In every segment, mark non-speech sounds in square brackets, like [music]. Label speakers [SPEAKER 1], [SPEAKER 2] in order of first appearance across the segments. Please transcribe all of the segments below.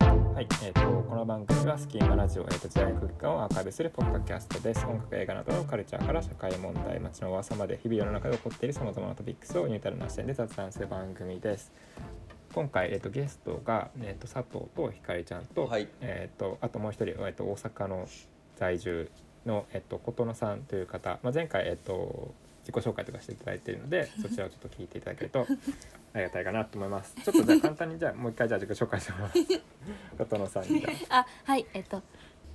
[SPEAKER 1] はい、えっ、とこの番組はスキーマラジオ、えっ、と時代空間をアーカイブするポッドキャストです。音楽、映画などのカルチャーから社会問題、街の噂まで日々世の中で起こっているさまざまなトピックスをニュートラルな視点で雑談する番組です。今回えっ、とゲストがえっ、と佐藤とひかりちゃんと、
[SPEAKER 2] はい
[SPEAKER 1] えっ、とあともう一人えっ、と大阪の在住のえっ、と琴野さんという方、まあ前回えっ、と自己紹介とかしていただいているの
[SPEAKER 3] [laughs]
[SPEAKER 1] で、そちらをちょっと聞いていただけるとありがたいかなと思います。ちょっとじゃあ簡単にじゃあもう一回じゃあ自己紹介しても
[SPEAKER 3] [laughs]
[SPEAKER 1] らいます。琴野さんにじゃあ
[SPEAKER 3] あはいえっと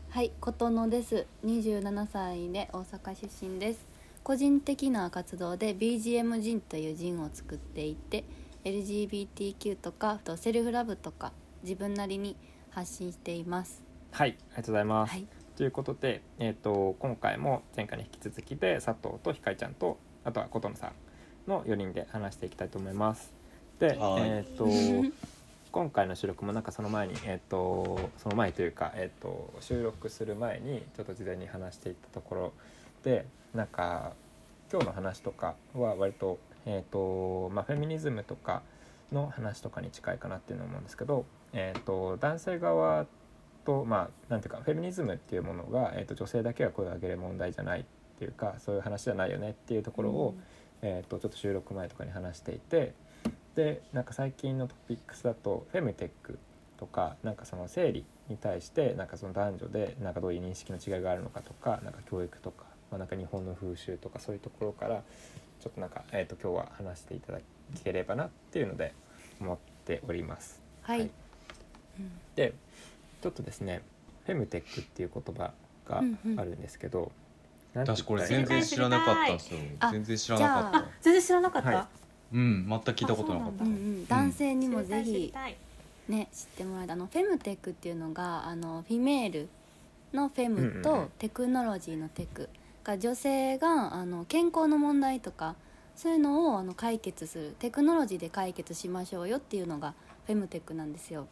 [SPEAKER 3] はい琴野です27歳で大阪出身です個人的な活動で BGM ジンというジンを作っていて LGBTQ とかあとセルフラブとか自分なりに発信しています
[SPEAKER 1] はい、ありがとうございます。
[SPEAKER 3] はい
[SPEAKER 1] ということで、えっ、と今回も前回に引き続きで佐藤とひかりちゃんとあとは琴野さんの4人で話していきたいと思います。で、
[SPEAKER 2] はい
[SPEAKER 1] えっ、
[SPEAKER 3] [laughs]
[SPEAKER 1] と今回の収録もなんかその前にえっ、とその前というかえっ、と収録する前にちょっと事前に話していったところでなんか今日の話とかは割とえっ、とまあフェミニズムとかの話とかに近いかなっていうのを思うんですけど、えー、と男性側とまあなんていうかフェミニズムっていうものが、えー、と女性だけが声を上げる問題じゃないっていうかそういう話じゃないよねっていうところを、えー、とちょっと収録前とかに話していてでなんか最近のトピックスだとフェムテックとかなんかその生理に対してなんかその男女でなんかどういう認識の違いがあるのかとかなんか教育とか,、まあ、なんか日本の風習とかそういうところからちょっとなんか、えー、と今日は話していただければなっていうので思っております。
[SPEAKER 3] はい、
[SPEAKER 1] はいでちょっとですねフェムテックっていう言葉が
[SPEAKER 3] うんうん
[SPEAKER 1] あるんですけど、なんて言ったらいい
[SPEAKER 2] 私これ全然知らなかったんですよ
[SPEAKER 3] あ
[SPEAKER 2] 全然知らなか
[SPEAKER 3] じ
[SPEAKER 2] っ
[SPEAKER 3] ゃ
[SPEAKER 2] た
[SPEAKER 4] 全然知らなかった、
[SPEAKER 1] は
[SPEAKER 2] うん全く聞いたことなかっ
[SPEAKER 3] う
[SPEAKER 2] た
[SPEAKER 3] んうん男性にもぜ
[SPEAKER 4] 知り
[SPEAKER 3] ひ
[SPEAKER 4] たい
[SPEAKER 3] ね知ってもらえたあのフェムテックっていうのがあのフィメールのフェム
[SPEAKER 1] うんうんう
[SPEAKER 3] と
[SPEAKER 1] ん
[SPEAKER 3] テクノロジーのテクが女性があの健康の問題とかそういうのをあの解決するテクノロジーで解決しましょうよっていうのがフェムテックなんですよ。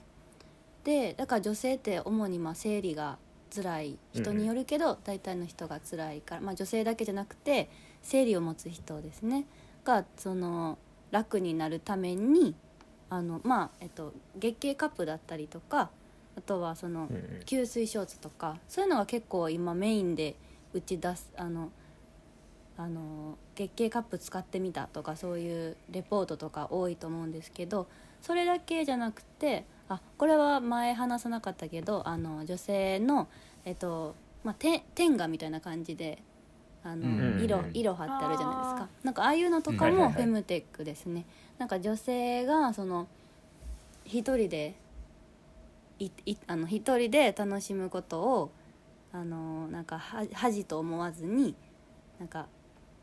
[SPEAKER 3] でだから女性って主にまあ生理が辛い人によるけど、大体の人が辛いから、まあ、女性だけじゃなくて生理を持つ人ですねがその楽になるためにあの、まあえっと、月経カップだったりとかあとはその、
[SPEAKER 1] うんうん
[SPEAKER 3] 吸水ショーツとかそういうのが結構今メインで打ち出すあのあの月経カップ使ってみたとかそういうレポートとか多いと思うんですけどそれだけじゃなくてあこれは前話さなかったけどあの女性の、えっとまあ、て天下みたいな感じであの、
[SPEAKER 2] うん
[SPEAKER 1] うん
[SPEAKER 3] 色色貼ってあるじゃないですかなんかああいうのと
[SPEAKER 2] は
[SPEAKER 3] か
[SPEAKER 2] いはい
[SPEAKER 1] は
[SPEAKER 3] も
[SPEAKER 1] い
[SPEAKER 3] フェムテックですね、なんか女性がその一人でいいあの一人で楽しむことをあのなんかは恥と思わずになんか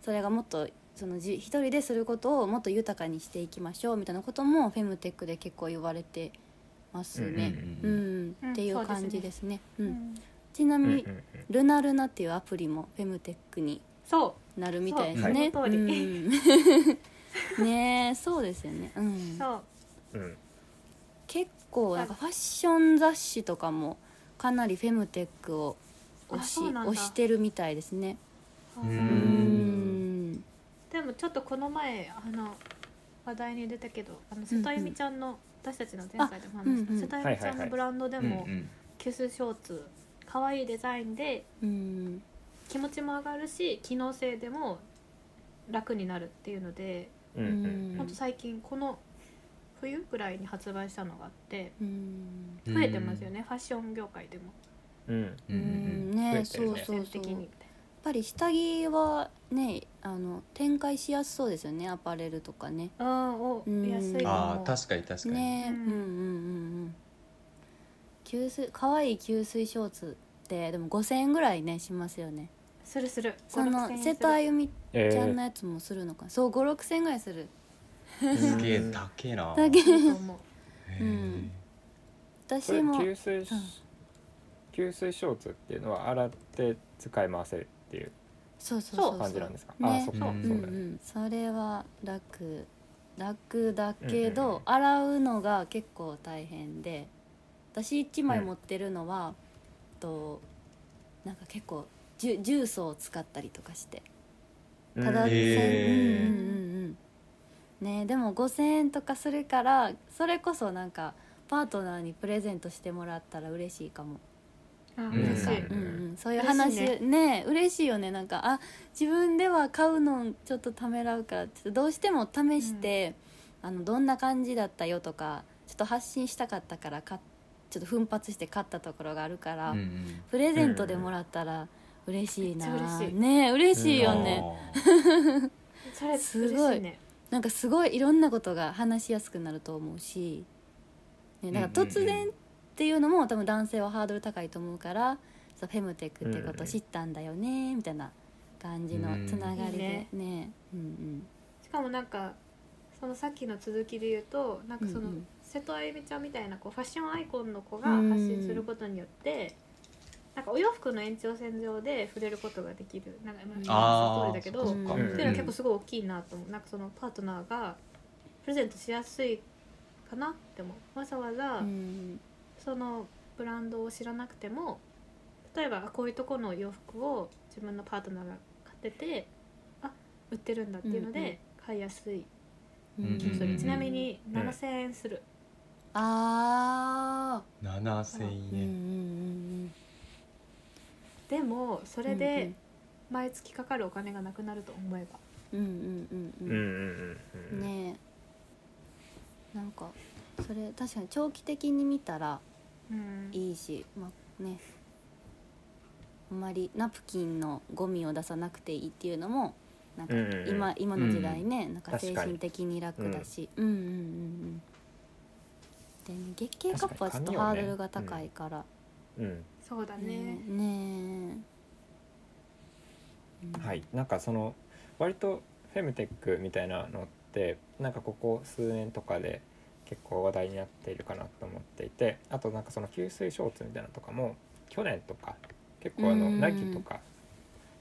[SPEAKER 3] それがもっとそのじ一人ですることをもっと豊かにしていきましょうみたいなこともフェムテックで結構言われてますね。
[SPEAKER 2] う
[SPEAKER 3] うんん、
[SPEAKER 2] うん
[SPEAKER 4] うん
[SPEAKER 3] っていう感じですね。う
[SPEAKER 4] うんん
[SPEAKER 3] ちな
[SPEAKER 1] うん
[SPEAKER 3] み
[SPEAKER 1] うん
[SPEAKER 3] に、
[SPEAKER 1] うん
[SPEAKER 3] ルナルナっていうアプリもフェムテックに
[SPEAKER 4] そ
[SPEAKER 3] なるみたいです
[SPEAKER 4] そう
[SPEAKER 3] ね。
[SPEAKER 4] その通り [laughs]
[SPEAKER 3] うん、ねえそうですよね。う、
[SPEAKER 4] うんそう
[SPEAKER 1] うん
[SPEAKER 3] 結構なんかファッション雑誌とかもかなりフェムテックを推し
[SPEAKER 4] あそうなんだ
[SPEAKER 3] 推してるみたいですね。
[SPEAKER 2] う
[SPEAKER 3] うーん
[SPEAKER 2] ん
[SPEAKER 4] でもちょっとこの前あの話題に出たけどあの瀬戸あゆみちゃんの、私たちの前回でも話し
[SPEAKER 3] あう
[SPEAKER 4] た、
[SPEAKER 3] んうん
[SPEAKER 4] 瀬戸あゆみちゃんのブランドで
[SPEAKER 2] うんう
[SPEAKER 4] も
[SPEAKER 2] ん
[SPEAKER 4] キュスショーツ可愛いデザインで
[SPEAKER 3] うん
[SPEAKER 4] 気持ちも上がるし機能性でも楽になるっていうので、
[SPEAKER 1] うんうん
[SPEAKER 3] うん
[SPEAKER 4] ほんと最近この冬ぐらいに発売したのがあって
[SPEAKER 3] うん
[SPEAKER 4] 増えてますよね、ファッション業界でも
[SPEAKER 1] うん
[SPEAKER 2] う
[SPEAKER 3] う
[SPEAKER 2] う
[SPEAKER 3] ん
[SPEAKER 2] ん
[SPEAKER 3] んねえ
[SPEAKER 1] 増えて
[SPEAKER 3] そ
[SPEAKER 1] る
[SPEAKER 3] う
[SPEAKER 1] ね
[SPEAKER 3] そうそう
[SPEAKER 4] 全体的に
[SPEAKER 3] やっぱり下着はねあの展開しやすそうですよねアパレルとかね。
[SPEAKER 4] うんお
[SPEAKER 3] うん
[SPEAKER 4] 安いか
[SPEAKER 2] あ
[SPEAKER 4] も
[SPEAKER 2] あ確かに確かに、
[SPEAKER 3] ねえう
[SPEAKER 4] うんん
[SPEAKER 3] うんうんうん吸水可愛い吸水ショーツってでも5,000円ぐらいねしますよね
[SPEAKER 4] するする
[SPEAKER 3] その
[SPEAKER 4] 5-6,000円す
[SPEAKER 3] 瀬
[SPEAKER 4] る
[SPEAKER 3] 戸あゆみ
[SPEAKER 1] え
[SPEAKER 3] ちゃんのやつもするのかな、そう5,000-6,000円ぐらいする
[SPEAKER 2] すげえ高えな
[SPEAKER 3] だけ
[SPEAKER 4] いいと思う
[SPEAKER 2] [laughs] へえ
[SPEAKER 3] うん
[SPEAKER 1] そ
[SPEAKER 3] 私
[SPEAKER 1] れ
[SPEAKER 3] も
[SPEAKER 1] 吸水し
[SPEAKER 3] うん
[SPEAKER 1] 吸水ショーツっていうのは洗って使い回せるっていう
[SPEAKER 3] そうそうそうそう
[SPEAKER 1] 感じなんですかああ
[SPEAKER 3] ね
[SPEAKER 1] そっか
[SPEAKER 2] うん
[SPEAKER 3] うん
[SPEAKER 1] そううだよね
[SPEAKER 3] んそれは楽楽だけ
[SPEAKER 1] うんうんう
[SPEAKER 3] ど
[SPEAKER 1] ん、
[SPEAKER 3] 洗うのが結構大変で私1枚持ってるのは、となんか結構じゅ重曹を使ったりとかしてただ、
[SPEAKER 1] う
[SPEAKER 2] へ
[SPEAKER 3] うんん、
[SPEAKER 2] ー
[SPEAKER 3] うんうんうんうんねでも5,000円とかするからそれこそなんかパートナーにプレゼントしてもらったら嬉しいかも、
[SPEAKER 4] あ
[SPEAKER 2] うん
[SPEAKER 4] 嬉しい、
[SPEAKER 3] うんうん、そういう
[SPEAKER 4] 嬉しい
[SPEAKER 3] 話
[SPEAKER 4] ね
[SPEAKER 3] ね嬉しいよねなんかあ自分では買うのちょっとためらうからちょっとどうしても試して、あのどんな感じだったよとかちょっと発信したかったからかちょっと奮発して買ったところがあるから、
[SPEAKER 2] うんうん
[SPEAKER 3] プレゼントでもらったら嬉しいな、
[SPEAKER 4] めっちゃ嬉しい
[SPEAKER 3] ね嬉しいよね、
[SPEAKER 2] あー
[SPEAKER 4] それ
[SPEAKER 3] すごい
[SPEAKER 4] 嬉しいね
[SPEAKER 3] なんかすごいいろんなことが話しやすくなると思うし、ね、なんか突
[SPEAKER 2] うんうんう
[SPEAKER 3] 然
[SPEAKER 2] ん
[SPEAKER 3] っていうのも多分男性はハードル高いと思うからそうフェムテックってこと知ったんだよねみたいな感じのつながりでねうん
[SPEAKER 4] しかもなんかそのさっきの続きで言うとなんかその、
[SPEAKER 3] うんうん
[SPEAKER 4] 瀬戸あゆみちゃんみたいなこうファッションアイコンの子が発信することによって、なんかお洋服の延長線上で触れることができるなんか今
[SPEAKER 2] あ
[SPEAKER 4] の [laughs]
[SPEAKER 2] ー
[SPEAKER 4] 通りだけど
[SPEAKER 2] そ
[SPEAKER 4] っ
[SPEAKER 2] っかそっか
[SPEAKER 1] うん
[SPEAKER 4] ていうのは結構すごい大きいなと思うなんかそのパートナーがプレゼントしやすいかなって思うわざわ
[SPEAKER 3] う
[SPEAKER 4] ざ
[SPEAKER 3] ん
[SPEAKER 4] そのブランドを知らなくても例えばあこういうとこの洋服を自分のパートナーが買っててあ売ってるんだってい
[SPEAKER 3] う
[SPEAKER 4] うの
[SPEAKER 3] んうん
[SPEAKER 4] で買いやすい
[SPEAKER 3] うん
[SPEAKER 2] うん
[SPEAKER 4] 気もする、
[SPEAKER 2] うん
[SPEAKER 4] ちなみに
[SPEAKER 1] うん
[SPEAKER 4] 7000円する、
[SPEAKER 3] あ
[SPEAKER 2] 7000
[SPEAKER 3] ーうんうん
[SPEAKER 2] 円
[SPEAKER 4] でも
[SPEAKER 3] そ
[SPEAKER 4] それで毎月かかるお金がなくなると思えば、
[SPEAKER 3] うんうんうんうん
[SPEAKER 1] うんうんうんうん
[SPEAKER 3] ねえなんかそれ確かに長期的に見たら
[SPEAKER 4] うん
[SPEAKER 3] いいしまあねあんまりナプキンのゴミを出さなくていいっていうのもなんか
[SPEAKER 1] うんうんうん
[SPEAKER 3] 今,、今の時代ね、なんか
[SPEAKER 1] 確か
[SPEAKER 3] 精
[SPEAKER 1] に
[SPEAKER 3] 神的に楽だしうんうんうんうんでね月経カップはちょっと
[SPEAKER 1] 確か
[SPEAKER 3] ハ
[SPEAKER 1] に紙
[SPEAKER 3] ー
[SPEAKER 1] をね
[SPEAKER 3] ドルが高いから
[SPEAKER 1] うん
[SPEAKER 4] そうだね
[SPEAKER 3] ねえねえ、うん
[SPEAKER 1] はい、なんかその割とフェムテックみたいなのってなんかここ数年とかで結構話題になっているかなと思っていてあとなんかその吸水ショーツみたいなのとかも去年とか結構あの
[SPEAKER 3] うん
[SPEAKER 1] ナイキとか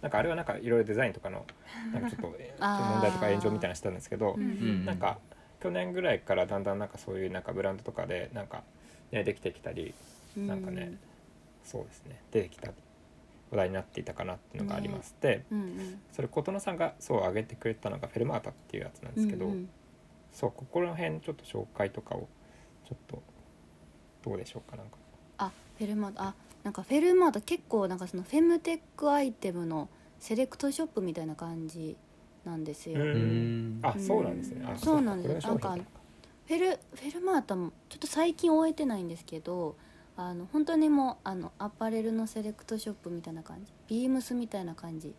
[SPEAKER 1] なんかあれはなんかいろいろデザインとかのなんかちょっ
[SPEAKER 3] [laughs]
[SPEAKER 1] とえ問題とか炎上みたいなのしてたんですけど
[SPEAKER 2] う
[SPEAKER 4] う
[SPEAKER 2] ん
[SPEAKER 4] ん
[SPEAKER 1] なんか去年ぐらいからだんだんなんかそういうなんかブランドとかでなんか、ね、できてきたりなんかねそうですね出てきた話題になっていたかなっていうのがあります。で
[SPEAKER 3] うんうん
[SPEAKER 1] それ琴乃さんがそう上げてくれたのがフェルマータっていうやつなん
[SPEAKER 3] う
[SPEAKER 1] で
[SPEAKER 3] ん
[SPEAKER 1] すけど、
[SPEAKER 3] うんうん
[SPEAKER 1] そうここら辺ちょっと紹介とかをちょっとどうでしょうかなんか
[SPEAKER 3] あフェルマートあなんかフェルマート結構なんかそのフェムテックアイテムのセレクトショップみたいな感じなんですよ、
[SPEAKER 1] う
[SPEAKER 2] うんん
[SPEAKER 1] あそうなんですねあ
[SPEAKER 3] そうなんです
[SPEAKER 1] そうかこ
[SPEAKER 3] な
[SPEAKER 1] れが商
[SPEAKER 3] んかフェルフェルマートもちょっと最近終えてないんですけどあの本当にもうあのアパレルのセレクトショップみたいな感じビームスみたいな感じ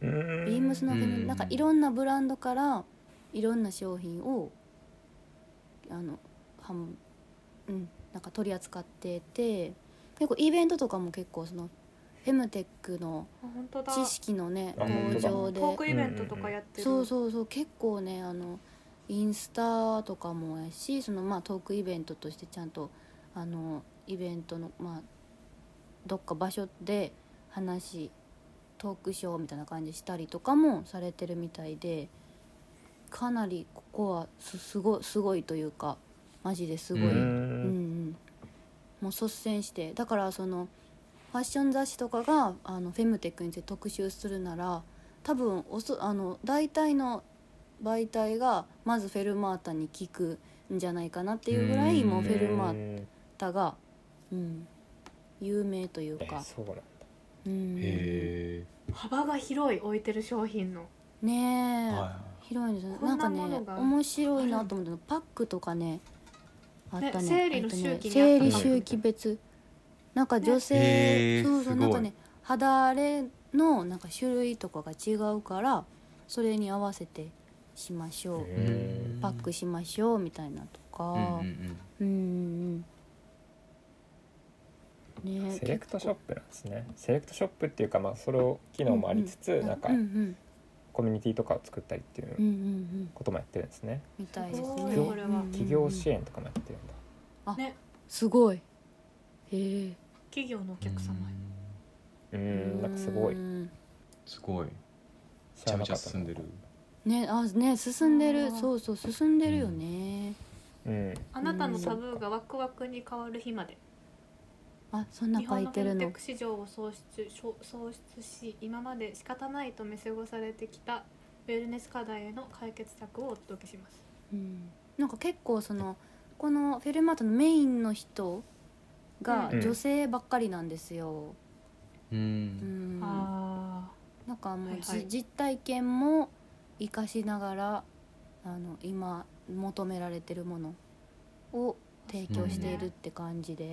[SPEAKER 1] 品だからう
[SPEAKER 3] ビームスのフェル
[SPEAKER 2] うん
[SPEAKER 3] なんかいろんなブランドからいろんな商品をあの販うんなんか取り扱ってて結構イベントとかも結構そのフェムテックの
[SPEAKER 4] あ本当だ
[SPEAKER 3] 知識のね
[SPEAKER 1] あ本当
[SPEAKER 3] 向
[SPEAKER 1] だ
[SPEAKER 3] 上
[SPEAKER 4] トー
[SPEAKER 3] で
[SPEAKER 4] クイベントとかやってる、
[SPEAKER 3] そうそうそう結構ねあのインスタとかもやしそのまあトークイベントとしてちゃんとあのイベントのまあどっか場所で話トークショーみたいな感じしたりとかもされてるみたいでかなりここはすすごいすごいというかマジですごい、
[SPEAKER 2] う
[SPEAKER 1] うん
[SPEAKER 3] うん
[SPEAKER 1] ん
[SPEAKER 3] うん、もう率先してだからそのファッション雑誌とかがあのフェムテックについて特集するなら多分おそあの大体の媒体がまずフェルマータに聞くんじゃないかなっていうぐらい
[SPEAKER 2] うん
[SPEAKER 3] もうフェルマ
[SPEAKER 1] う
[SPEAKER 3] ー
[SPEAKER 1] ん
[SPEAKER 3] タが、うん、有名という
[SPEAKER 1] え
[SPEAKER 3] か、
[SPEAKER 1] そうなんだ
[SPEAKER 3] うん、ね
[SPEAKER 2] へ
[SPEAKER 4] 幅が広い置いてる商品の
[SPEAKER 2] え
[SPEAKER 3] え、
[SPEAKER 2] はい
[SPEAKER 3] 広いんですよね
[SPEAKER 4] こ
[SPEAKER 3] なんん
[SPEAKER 4] な
[SPEAKER 3] か
[SPEAKER 4] もの
[SPEAKER 3] ね
[SPEAKER 4] が
[SPEAKER 3] 面白いなと思ったのパックとかねあったね
[SPEAKER 4] ね生理
[SPEAKER 3] え
[SPEAKER 4] の
[SPEAKER 3] っとね
[SPEAKER 4] 周期に
[SPEAKER 3] 生
[SPEAKER 4] あ
[SPEAKER 3] 理
[SPEAKER 1] った
[SPEAKER 3] 周期別なんか女性、
[SPEAKER 2] へー
[SPEAKER 3] そう
[SPEAKER 2] す
[SPEAKER 3] そ
[SPEAKER 2] ご
[SPEAKER 3] う
[SPEAKER 2] い
[SPEAKER 3] なんかね肌荒れのなんか種類とかが違うからそれに合わせてしましょう、
[SPEAKER 1] へ
[SPEAKER 2] うん
[SPEAKER 3] パックしましょうみたいな
[SPEAKER 2] う
[SPEAKER 3] と
[SPEAKER 2] んうん
[SPEAKER 3] か
[SPEAKER 2] う、ん
[SPEAKER 3] うん、うんうんね
[SPEAKER 1] セレクトショップなんですねセレクトショップっていうかまあそれを機能もありつつ、
[SPEAKER 3] 結構
[SPEAKER 1] なんか
[SPEAKER 3] うんうん
[SPEAKER 1] コミュニティとかを作ったりってい
[SPEAKER 3] うんうん
[SPEAKER 1] う
[SPEAKER 3] うん
[SPEAKER 1] こともやってるんですね、
[SPEAKER 3] みたいです
[SPEAKER 4] す
[SPEAKER 3] ね
[SPEAKER 4] ごいこれは
[SPEAKER 3] うんうんうん
[SPEAKER 1] 企業支援とかもやってるんだ、
[SPEAKER 4] ね
[SPEAKER 3] すごいへえ
[SPEAKER 4] 企業のお客様へ
[SPEAKER 1] う
[SPEAKER 3] うん
[SPEAKER 1] なんかすごい
[SPEAKER 3] ん
[SPEAKER 2] すごいめ
[SPEAKER 1] 知
[SPEAKER 2] ちゃ
[SPEAKER 1] ら
[SPEAKER 2] め
[SPEAKER 1] な
[SPEAKER 2] ち
[SPEAKER 1] か
[SPEAKER 2] ゃ
[SPEAKER 1] った
[SPEAKER 2] 進んでる
[SPEAKER 3] ねあね進んで
[SPEAKER 4] あ
[SPEAKER 3] る
[SPEAKER 4] ー
[SPEAKER 3] そうそう進んでるよね、
[SPEAKER 1] うん
[SPEAKER 4] あなたのタブーがワクワクに変わる日まで
[SPEAKER 3] あそんな
[SPEAKER 4] 日
[SPEAKER 3] 書
[SPEAKER 4] 本
[SPEAKER 3] い
[SPEAKER 4] のフ
[SPEAKER 3] て
[SPEAKER 4] ェ
[SPEAKER 3] る
[SPEAKER 4] ムテッ
[SPEAKER 3] の
[SPEAKER 4] ク市場を創出しょ創出し今まで仕方ないと見過ごされてきたウェルネス課題への解決策をお届けします
[SPEAKER 3] うん、なんか結構そのこのフェルマートのメインの人が
[SPEAKER 1] うん
[SPEAKER 3] 女性ばっかりなんですよ。
[SPEAKER 2] う。
[SPEAKER 3] うんん
[SPEAKER 4] あ
[SPEAKER 3] なんかもう、
[SPEAKER 4] はいはい
[SPEAKER 3] じ実体験も生かしながらあの今求められてるものを提供しているって感じで、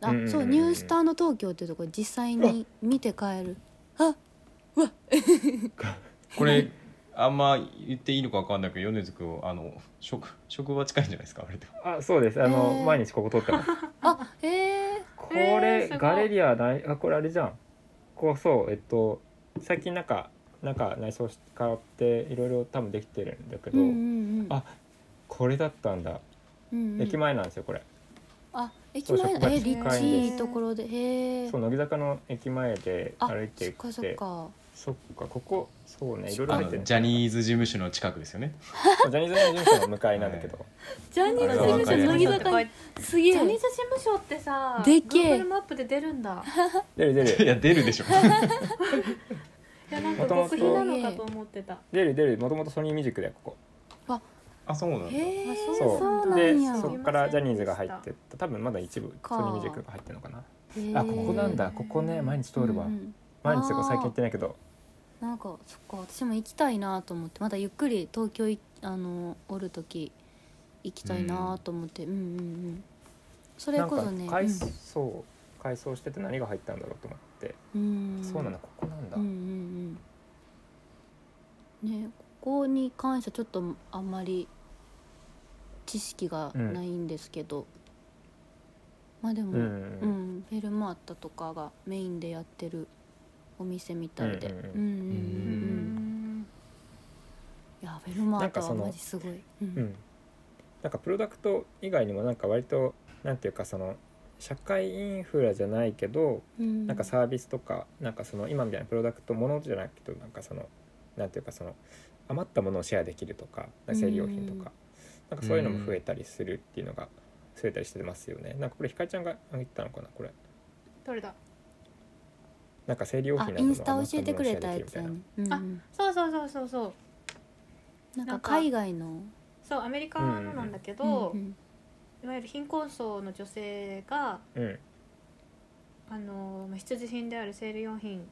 [SPEAKER 1] うんうんうん
[SPEAKER 3] あそう「ニュースターの東京」っていうところ実際に見て帰るあ
[SPEAKER 2] これあんま言っていいのかわかんないけど米津君あの職職場近いんじゃないですかあれと。
[SPEAKER 1] あそうですあの、
[SPEAKER 3] えー
[SPEAKER 1] 毎日ここ通ってます
[SPEAKER 3] あえー、
[SPEAKER 1] これ、
[SPEAKER 4] えーすごい
[SPEAKER 1] ガレリアないあこれあれじゃんこうそうえっと最近なんかなんか内装からっていろいろ多分できてるんだけ
[SPEAKER 3] う
[SPEAKER 1] ど、
[SPEAKER 3] んうんうん
[SPEAKER 1] あこれだったんだ、
[SPEAKER 3] うんうん
[SPEAKER 1] 駅前なんですよこれ
[SPEAKER 3] あ駅前
[SPEAKER 1] そう
[SPEAKER 3] え
[SPEAKER 1] 職場近いん
[SPEAKER 3] 立
[SPEAKER 1] です
[SPEAKER 3] 地いいところでへえ
[SPEAKER 1] そう乃木坂の駅前で
[SPEAKER 3] あ
[SPEAKER 1] 歩いて
[SPEAKER 3] そっ
[SPEAKER 1] いく
[SPEAKER 3] か
[SPEAKER 1] っ
[SPEAKER 3] そってか
[SPEAKER 1] そっかここそうねいろいろ
[SPEAKER 2] あ
[SPEAKER 1] 入って
[SPEAKER 2] の
[SPEAKER 1] る
[SPEAKER 2] ジャニーズ事務所の近くですよね。 [laughs]
[SPEAKER 1] そうジャニーズの事務所の向かいなんだけど、
[SPEAKER 3] ジャニ
[SPEAKER 4] ー
[SPEAKER 3] ーズ
[SPEAKER 4] あ
[SPEAKER 2] ズ事
[SPEAKER 3] 事務
[SPEAKER 2] 務所
[SPEAKER 3] 所乃
[SPEAKER 2] 乃
[SPEAKER 3] 木
[SPEAKER 2] 木
[SPEAKER 3] 坂
[SPEAKER 4] 坂
[SPEAKER 3] すげ
[SPEAKER 4] ジャニー
[SPEAKER 3] え
[SPEAKER 4] ズ事務所ってさ
[SPEAKER 3] でけえ
[SPEAKER 4] Google マップで出るんだ
[SPEAKER 1] 出る出
[SPEAKER 2] い
[SPEAKER 1] る
[SPEAKER 2] や出
[SPEAKER 1] [laughs]
[SPEAKER 2] るでしょ。
[SPEAKER 4] いやなんか
[SPEAKER 1] 元々
[SPEAKER 4] 極秘なのかと思ってた
[SPEAKER 1] 出る出るもともとソニーミュージックだよここ
[SPEAKER 2] あそうなんだ。
[SPEAKER 3] へえ
[SPEAKER 4] あ
[SPEAKER 3] そ
[SPEAKER 4] そう
[SPEAKER 3] うな
[SPEAKER 1] で
[SPEAKER 3] んや
[SPEAKER 1] そ
[SPEAKER 4] っ
[SPEAKER 1] こからジャニーズが入ってった多分まだ一部
[SPEAKER 3] か
[SPEAKER 1] ソニーミュージックが入ってるのかな
[SPEAKER 3] へえ
[SPEAKER 1] あここなんだここね毎日通るわ、
[SPEAKER 3] うんうん
[SPEAKER 1] 毎日とか最近行ってないけど
[SPEAKER 3] なんかそっか私も行きたいなと思ってまだゆっくり東京いあのおる時行きたいなと思って、うん、うんうんそれ
[SPEAKER 1] なん
[SPEAKER 3] こ
[SPEAKER 1] か
[SPEAKER 3] そね
[SPEAKER 1] 改装改装してて何が入ったんだろうと思って
[SPEAKER 3] うんうん、
[SPEAKER 1] そうなんだここなんだ
[SPEAKER 3] うんうんうんねここに関してはちょっとあんまり知識がないんですけど、まあでも、
[SPEAKER 1] う
[SPEAKER 3] うん
[SPEAKER 1] ん
[SPEAKER 3] フェルマータとかがメインでやってるお店みたいで、
[SPEAKER 1] うんうんうん
[SPEAKER 3] うんうんう
[SPEAKER 4] う
[SPEAKER 3] んうん
[SPEAKER 4] ん
[SPEAKER 3] いやフェルマ
[SPEAKER 1] な
[SPEAKER 3] ー
[SPEAKER 1] んか
[SPEAKER 3] タは
[SPEAKER 1] その
[SPEAKER 3] マジすごい、うん
[SPEAKER 1] うんなんかプロダクト以外にもなんか割となんていうかその社会インフラじゃないけど
[SPEAKER 3] うん
[SPEAKER 1] なんかサービスとかなんかその今みたいなプロダクトものじゃないけどなんかそのなんていうかその余ったものをシェアできるとか生理用品とかなんかそういうのも増えたりするっていうのが増えたりしてますよねなんかこれひかりちゃんが言ったのかなこれ
[SPEAKER 4] どれだ
[SPEAKER 1] なんか生理用
[SPEAKER 3] あ
[SPEAKER 1] 品な
[SPEAKER 3] イ
[SPEAKER 1] どの
[SPEAKER 3] ンスタ教えてくれたやつや
[SPEAKER 1] 余ったものをシェアできるみいな
[SPEAKER 3] ね、うんう
[SPEAKER 4] あ
[SPEAKER 3] ん、
[SPEAKER 4] そうそうそうそうそう
[SPEAKER 3] なん
[SPEAKER 4] な
[SPEAKER 3] か
[SPEAKER 4] んか
[SPEAKER 3] 海外の
[SPEAKER 4] そうアメリカのなんだけど、
[SPEAKER 3] うん
[SPEAKER 4] いわゆる貧困層の女性が
[SPEAKER 1] うん
[SPEAKER 4] あのまあ必需品である生理用品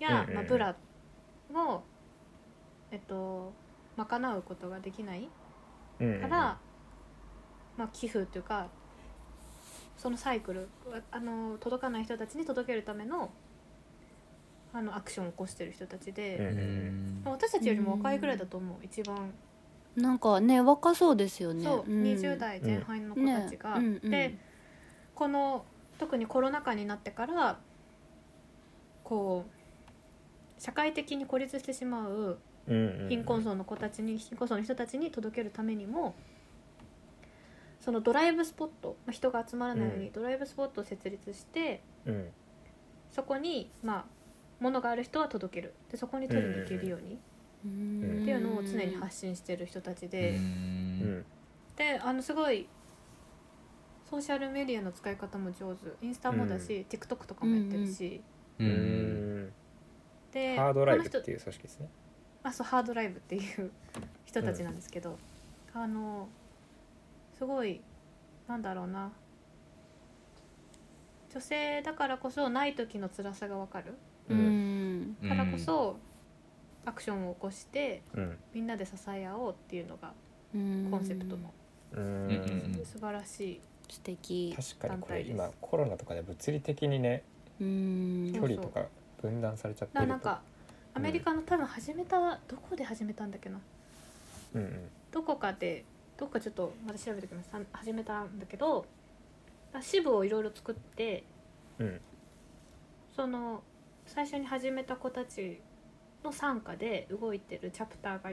[SPEAKER 4] や、
[SPEAKER 1] うんうんうん
[SPEAKER 4] まあ、ブラを、えっと、賄うことができない
[SPEAKER 1] うんうんうん
[SPEAKER 4] から、まあ、寄付というかそのサイクルあの届かない人たちに届けるためのあのアクションを起こしてる人たち
[SPEAKER 1] う
[SPEAKER 4] で、
[SPEAKER 2] うん
[SPEAKER 4] まあ私たちよりも若いぐらいだと思う、一番、
[SPEAKER 3] うんなんかね若そうですよね
[SPEAKER 4] そう、
[SPEAKER 3] ん
[SPEAKER 4] 20代前半の子たち
[SPEAKER 3] ね
[SPEAKER 4] が。
[SPEAKER 3] うんうん
[SPEAKER 4] でこの特にコロナ禍になってからこう社会的に孤立してしまう
[SPEAKER 1] うんうん
[SPEAKER 4] 貧困層の子たちに貧困層の人たちに届けるためにもそのドライブスポット、まあ、人が集まらないよう
[SPEAKER 1] う
[SPEAKER 4] にドライブスポットを設立して、
[SPEAKER 1] うん
[SPEAKER 4] そこにまあ物がある人は届けるでそこに取りに行けるように
[SPEAKER 3] うん
[SPEAKER 4] っていうのを常に発信してる人たちで、
[SPEAKER 1] う
[SPEAKER 2] うん
[SPEAKER 1] ん
[SPEAKER 4] であのすごいソーシャルメディアの使い方も上手インスタもだし、TikTok とかもやってるし。
[SPEAKER 2] う
[SPEAKER 1] うん
[SPEAKER 2] ん
[SPEAKER 1] ん
[SPEAKER 4] で
[SPEAKER 1] ハードライブっ
[SPEAKER 4] この人
[SPEAKER 1] ていう組織ですね
[SPEAKER 4] あそうハードライブっていう人たちなんですけど、あのすごいなんだろうな女性だからこそない時の辛さがわかる
[SPEAKER 3] うんうん
[SPEAKER 2] うん
[SPEAKER 4] からこそ、アクションを起こして
[SPEAKER 1] うん
[SPEAKER 4] みんなで支え合おうっていうのが
[SPEAKER 3] うん
[SPEAKER 4] コンセプトの
[SPEAKER 1] う
[SPEAKER 2] うん
[SPEAKER 1] ん
[SPEAKER 2] うん
[SPEAKER 4] 素晴らしい、
[SPEAKER 3] 素敵
[SPEAKER 1] 確かにこれ
[SPEAKER 4] 団体です
[SPEAKER 1] 今コロナとかで物理的にね
[SPEAKER 3] うん
[SPEAKER 4] そ
[SPEAKER 1] 距
[SPEAKER 4] う
[SPEAKER 1] 離とか分断されちゃって
[SPEAKER 4] だから
[SPEAKER 1] る
[SPEAKER 4] なん
[SPEAKER 1] と
[SPEAKER 4] かアメリカの多分始めた、どこで始めたんだっけな
[SPEAKER 1] うんうん
[SPEAKER 4] どこかでどっかちょっと私調べてきますさん始めたんだけどあ支部をいろいろ作って
[SPEAKER 1] うん
[SPEAKER 4] その最初に始めた子たちの傘下で動いてるチャプターが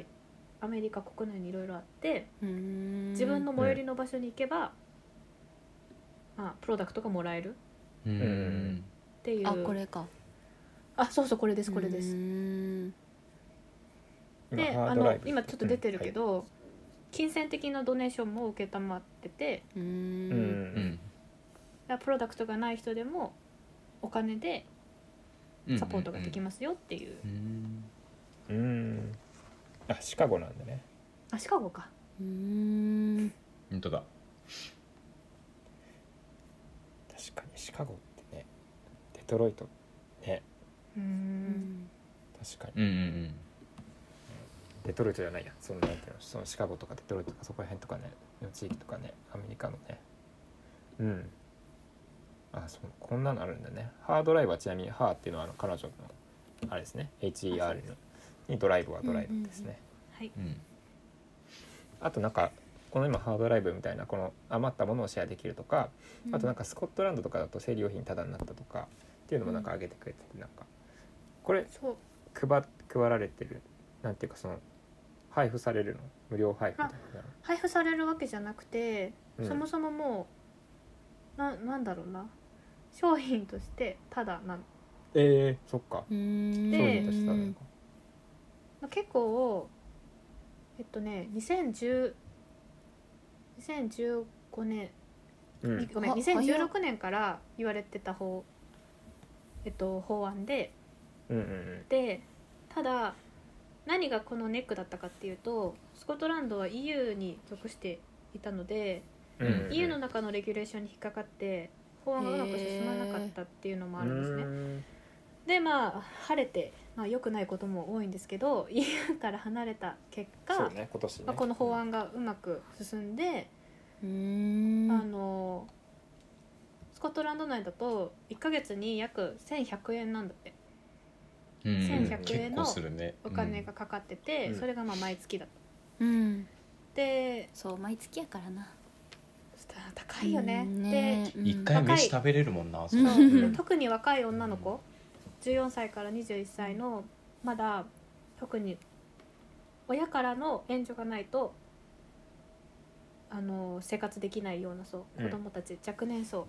[SPEAKER 4] アメリカ国内にいろいろあって
[SPEAKER 3] うん
[SPEAKER 4] 自分の最寄りの場所に行けば、まあ、プロダクトがもらえる
[SPEAKER 2] うん
[SPEAKER 1] うん
[SPEAKER 4] っていう
[SPEAKER 3] あこれか
[SPEAKER 4] あそうそうこれですこれで
[SPEAKER 3] う。
[SPEAKER 4] す
[SPEAKER 3] ん
[SPEAKER 1] 今
[SPEAKER 4] で
[SPEAKER 1] ハ
[SPEAKER 4] あ
[SPEAKER 1] ードラ
[SPEAKER 4] の
[SPEAKER 1] イブ
[SPEAKER 4] 今ちょっと出てるけど、金銭的なドネーションも承ってて
[SPEAKER 3] う
[SPEAKER 1] うんうん
[SPEAKER 3] ん
[SPEAKER 2] うん
[SPEAKER 4] だからプロダクトがない人でもお金で
[SPEAKER 2] うん
[SPEAKER 4] サポートができますよっていう、
[SPEAKER 2] うん
[SPEAKER 1] うんうんあシカゴなんだね
[SPEAKER 4] あシカゴか
[SPEAKER 3] うーん
[SPEAKER 2] 本当だ
[SPEAKER 1] 確かにシカゴってねデトロイトね
[SPEAKER 4] う
[SPEAKER 3] うんん
[SPEAKER 1] 確かに
[SPEAKER 2] うんうんうん
[SPEAKER 1] デトロイトじゃないやそのなんていうのそのシカゴとかデトロイトとかそこら辺とかねの地域とかねアメリカのねうんあそうこんなのあるんだねハードライブはちなみに「ハー」っていうのはあの彼女のあれですね HER のにドライブはドライブですね、
[SPEAKER 3] うんうんうん
[SPEAKER 4] はい
[SPEAKER 2] うん
[SPEAKER 1] あとなんかこの今ハードライブみたいなこの余ったものをシェアできるとかあとなんかスコットランドとかだと生理用品タダになったとかっていうのもなんか挙げてくれててなんかこれ
[SPEAKER 4] そう
[SPEAKER 1] 配配られてるなんていうかその配布されるの無料配布みたいな
[SPEAKER 4] 配布されるわけじゃなくて、
[SPEAKER 1] うん
[SPEAKER 4] そもそももうななんだろうな商品としてただなの
[SPEAKER 1] えー、そっか
[SPEAKER 3] うーん
[SPEAKER 1] 商
[SPEAKER 4] で
[SPEAKER 1] 品としてはなんか
[SPEAKER 4] まあ結構えっとね2010 2015年、
[SPEAKER 1] うん
[SPEAKER 4] いごめん
[SPEAKER 3] あ早っ
[SPEAKER 4] 2016年から言われてた方、えっと、法案で
[SPEAKER 1] うんうん
[SPEAKER 4] でただ何がこのネックだったかっていうとスコットランドは EU に属していたので、
[SPEAKER 1] うんうんうん
[SPEAKER 4] EU の中のレギュレーションに引っかかって法案がうまく進まなかったっていうのもあるんですね。
[SPEAKER 1] ね
[SPEAKER 4] でまあ晴れて、まあ、良くないことも多いんですけど EU から離れた結
[SPEAKER 1] そ
[SPEAKER 4] 果、
[SPEAKER 1] うね今年ね
[SPEAKER 4] まあ、この法案がうまく進んで、
[SPEAKER 3] うーん
[SPEAKER 4] あのスコットランド内だと1ヶ月に約1100円なんだって
[SPEAKER 2] うんうん
[SPEAKER 4] 1100円
[SPEAKER 2] 結
[SPEAKER 4] の
[SPEAKER 2] 構するね
[SPEAKER 4] お金がかかってて、
[SPEAKER 1] うん
[SPEAKER 4] それがまあ毎月だった。
[SPEAKER 3] うん
[SPEAKER 4] で
[SPEAKER 3] そう毎月やからな
[SPEAKER 4] 高いよね。
[SPEAKER 3] うん
[SPEAKER 4] で
[SPEAKER 2] うん一、
[SPEAKER 3] うん
[SPEAKER 2] 回
[SPEAKER 4] 若い
[SPEAKER 2] 飯食べれるもんなそ
[SPEAKER 3] うん
[SPEAKER 2] う
[SPEAKER 4] そう
[SPEAKER 1] う
[SPEAKER 4] で
[SPEAKER 1] ん
[SPEAKER 4] 特に若い女の子14歳から21歳のまだ特に親からの援助がないとあの生活できないような層
[SPEAKER 1] うん
[SPEAKER 4] 子供たち、若年層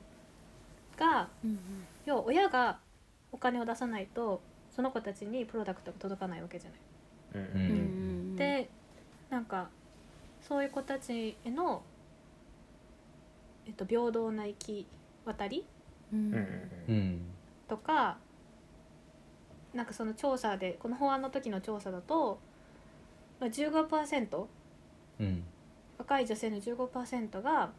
[SPEAKER 4] が
[SPEAKER 3] うん
[SPEAKER 4] 要は親がお金を出さないとその子たちにプロダクトが届かないわけじゃない。
[SPEAKER 1] うん
[SPEAKER 2] う
[SPEAKER 3] うんうんんうん
[SPEAKER 4] でなんかそういう子たちへの、えっと、平等な行き渡り
[SPEAKER 3] うん
[SPEAKER 1] うんうん
[SPEAKER 2] う
[SPEAKER 1] うん
[SPEAKER 2] ん
[SPEAKER 4] とかなんかその調査でこの法案の時の調査だと、まあ、15%
[SPEAKER 2] うん
[SPEAKER 4] 若い女性の15%が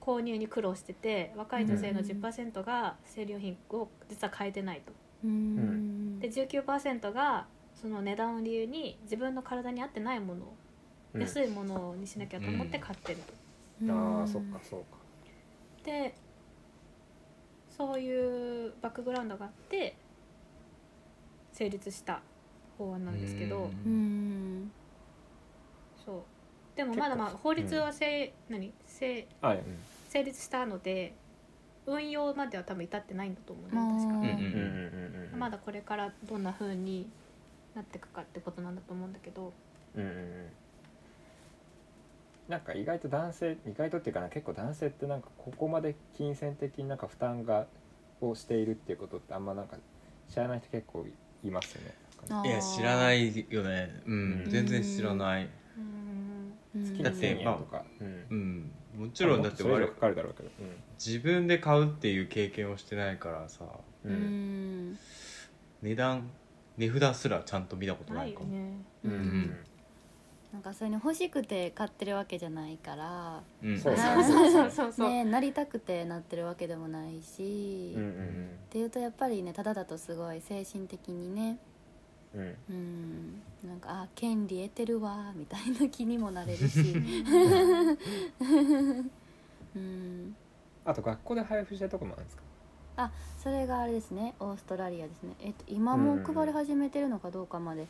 [SPEAKER 4] 購入に苦労してて若い女性の10%が生理用品を実は変えてないと。
[SPEAKER 3] うん
[SPEAKER 1] ん
[SPEAKER 4] で19%がその値段を理由に自分の体に合ってないものを、
[SPEAKER 1] うん
[SPEAKER 4] 安いものにしなきゃと思って買ってると。
[SPEAKER 3] うん
[SPEAKER 1] ああそっかそうか
[SPEAKER 4] でそういうバックグラウンドがあって成立した法案なんですけど。
[SPEAKER 3] うん
[SPEAKER 4] そうでもまだまあ
[SPEAKER 1] 結構
[SPEAKER 4] 法律はせい、何成
[SPEAKER 1] あうん
[SPEAKER 4] 成立したので運用までは多分至ってないんだと思う
[SPEAKER 3] あー
[SPEAKER 4] ね確
[SPEAKER 2] うん
[SPEAKER 4] か
[SPEAKER 2] うん
[SPEAKER 1] うんうん
[SPEAKER 2] うん
[SPEAKER 1] うんうん
[SPEAKER 4] まだこれからどんな風になっていくかってことなんだと思うんだけど
[SPEAKER 1] うんうんうんなんか意外と男性意外とっていうかな結構男性ってなんかここまで金銭的になんか負担がをしているっていうことってあんまなんか知らない人結構いますよね。なんかね
[SPEAKER 3] あー
[SPEAKER 2] いや知らないよねうん全然知らない
[SPEAKER 4] うん
[SPEAKER 3] うん
[SPEAKER 2] だって
[SPEAKER 1] 1000円
[SPEAKER 2] まあ
[SPEAKER 1] とか、うん
[SPEAKER 2] うんもちろんだって
[SPEAKER 1] もとそれ以
[SPEAKER 2] 我
[SPEAKER 1] 上かかるだろうけど。
[SPEAKER 2] 自分で買うっていう経験をしてないからさ
[SPEAKER 1] う
[SPEAKER 3] うんん
[SPEAKER 2] 値段値札すらちゃんと見たことな
[SPEAKER 4] ないいよ
[SPEAKER 2] かも、
[SPEAKER 4] ね
[SPEAKER 1] うん
[SPEAKER 3] う
[SPEAKER 1] うんん
[SPEAKER 3] なんかそういうの欲しくて買ってるわけじゃないから
[SPEAKER 2] うん
[SPEAKER 1] そう
[SPEAKER 3] そう
[SPEAKER 4] そうそうそうそう、
[SPEAKER 3] ねなりたくてなってるわけでもないし
[SPEAKER 1] うんうん
[SPEAKER 3] っていうとやっぱりねただだとすごい精神的にね
[SPEAKER 1] うんうん
[SPEAKER 3] うんなんかあ権利得てるわみたいな気にもなれるし
[SPEAKER 4] う [laughs] ん
[SPEAKER 3] うん
[SPEAKER 1] あと学校で配布してるとこもあるんですか。
[SPEAKER 3] それがあれですねオーストラリアですねえっと今もう配り始めてるのかどうかまで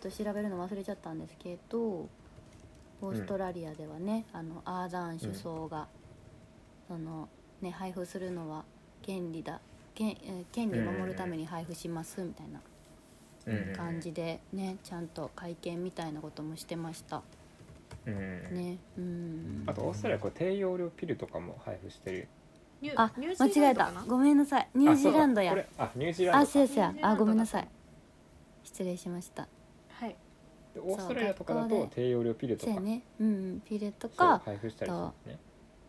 [SPEAKER 3] ちょっと調べるの忘れちゃったんですけどオーストラリアではね、あのアーダーン首相が、そのね配布するのは権利だ権えー権利を守るために配布しますみたいな感じでねちゃんと会見みたいなこともしてました
[SPEAKER 1] うんうん。
[SPEAKER 3] ねうん
[SPEAKER 1] あとオーストラリアこれ低用量ピルとかも配布してる。
[SPEAKER 4] ニュ
[SPEAKER 3] あ
[SPEAKER 4] ニュージー
[SPEAKER 3] 間違
[SPEAKER 4] ラン
[SPEAKER 3] え
[SPEAKER 4] ド
[SPEAKER 3] た
[SPEAKER 4] かな
[SPEAKER 3] ごめんなさいニュージーランドや
[SPEAKER 1] あそうだこれあニュージーラン
[SPEAKER 3] あ
[SPEAKER 1] ド
[SPEAKER 3] そ
[SPEAKER 1] か。
[SPEAKER 3] うやそうや
[SPEAKER 4] ニュージーランド
[SPEAKER 3] あ
[SPEAKER 4] だ
[SPEAKER 3] ごめんなさい失礼しました
[SPEAKER 4] はい
[SPEAKER 1] でオーストラリアとかだ
[SPEAKER 3] そう学
[SPEAKER 1] と
[SPEAKER 3] 校で
[SPEAKER 1] 低用量ピルと
[SPEAKER 3] そう
[SPEAKER 1] か。
[SPEAKER 3] やねうんうんピレと
[SPEAKER 1] そう
[SPEAKER 3] か
[SPEAKER 1] 配布したりするね。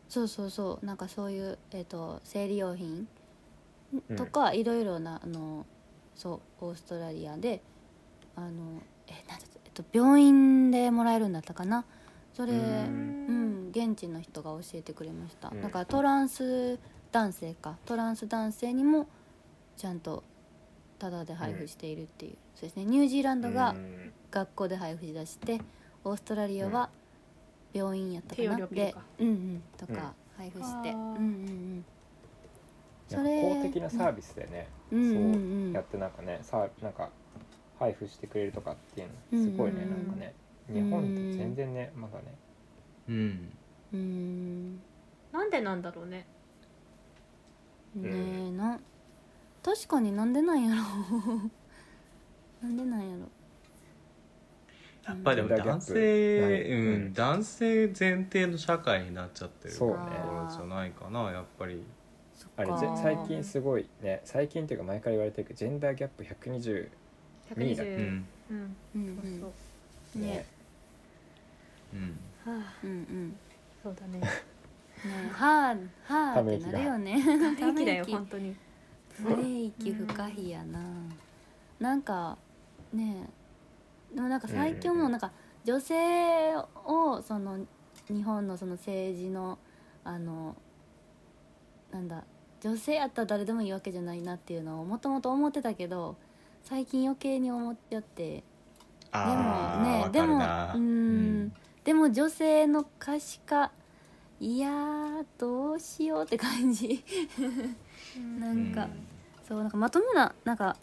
[SPEAKER 3] そうそうそうなんかそういう、えー、と生理用品
[SPEAKER 1] うん
[SPEAKER 3] とか、いろいろなあのそうオーストラリアであのえなんだっけえっと、病院でもらえるんだったかなそれ、
[SPEAKER 1] うん
[SPEAKER 3] うん、現地の人が教えてくれました、
[SPEAKER 1] うん
[SPEAKER 3] だからトランス男性かトランス男性にもちゃんとタダで配布しているっていう、そうですねニュージーランドが
[SPEAKER 1] うん
[SPEAKER 3] 学校で配布しだして、オーストラリアは病院やったか
[SPEAKER 4] 手よ
[SPEAKER 3] な
[SPEAKER 4] り
[SPEAKER 3] っ
[SPEAKER 4] 大きい
[SPEAKER 3] て
[SPEAKER 4] か、
[SPEAKER 3] うんうん、とか配布して、
[SPEAKER 4] あ
[SPEAKER 3] うん
[SPEAKER 4] ー
[SPEAKER 3] うんうん、
[SPEAKER 1] なんか公的なサービスでね、
[SPEAKER 3] うんうんうん
[SPEAKER 1] やってなんかねさなんか配布してくれるとかっていうのすごいね、
[SPEAKER 3] うんうんうん
[SPEAKER 1] なんかね日本って全然ねまだね
[SPEAKER 2] うん
[SPEAKER 3] うん
[SPEAKER 4] なんでなんだろうね
[SPEAKER 1] う
[SPEAKER 3] ねえな確かになんでなんやろ [laughs] なんでなんやろ
[SPEAKER 2] やっぱりでも
[SPEAKER 1] ジェンダ
[SPEAKER 2] 男
[SPEAKER 1] ーギャッ
[SPEAKER 2] 性、
[SPEAKER 1] プ
[SPEAKER 2] う
[SPEAKER 1] ないうん
[SPEAKER 2] ん、男性前提の社会になっちゃってると
[SPEAKER 1] そう
[SPEAKER 2] こ
[SPEAKER 1] ね
[SPEAKER 2] ろじゃないかなやっぱり
[SPEAKER 3] そっ
[SPEAKER 1] あ
[SPEAKER 3] か
[SPEAKER 1] れぜ
[SPEAKER 4] あー
[SPEAKER 1] 最近すごいね最近っていうか前から言われてるけどジェンダーギャップ120
[SPEAKER 4] 120
[SPEAKER 1] う
[SPEAKER 2] うん
[SPEAKER 4] うん
[SPEAKER 3] うんう
[SPEAKER 4] そうんそう
[SPEAKER 1] ね
[SPEAKER 3] ね
[SPEAKER 2] うん
[SPEAKER 4] はあ
[SPEAKER 3] うんうん
[SPEAKER 4] そうだね
[SPEAKER 3] ねはあはあ
[SPEAKER 1] た
[SPEAKER 3] っ
[SPEAKER 1] め
[SPEAKER 3] て
[SPEAKER 1] 息が
[SPEAKER 3] なるよ [laughs] ね
[SPEAKER 4] 元気だよ本当に
[SPEAKER 3] ため息不可避やななんかねえでもなんか最近
[SPEAKER 1] うんうん
[SPEAKER 3] も
[SPEAKER 1] うん
[SPEAKER 3] なんか女性をその日本のその政治のあのなんだ女性やったら誰でもいいわけじゃないなっていうのをもともと思ってたけど最近余計に思っちゃってでも
[SPEAKER 2] あ
[SPEAKER 3] ねで
[SPEAKER 2] ーわ
[SPEAKER 3] も
[SPEAKER 2] かるな
[SPEAKER 3] うんでも女性の可視化いやーどうしようって感じな
[SPEAKER 2] うん
[SPEAKER 3] か、そうなんかまともななんか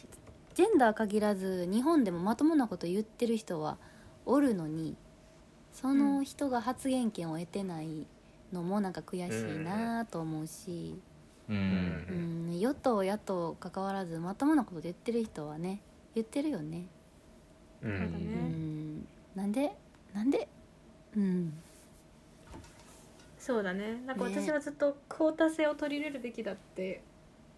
[SPEAKER 3] ジェンダー限らず日本でもまともなこと言ってる人はおるのにその人が発言権を得てないのもなんか悔しいなと思うし、
[SPEAKER 2] うん
[SPEAKER 1] うん
[SPEAKER 3] うん与党野党関わらずまともなこと言ってる人はね言ってるよね。
[SPEAKER 1] う
[SPEAKER 4] そうだ
[SPEAKER 1] ん
[SPEAKER 4] ね
[SPEAKER 3] うんなんでなんでうん
[SPEAKER 4] そうだねなんか
[SPEAKER 3] ね
[SPEAKER 4] 私はずっとクォータ制を取り入れるべきだって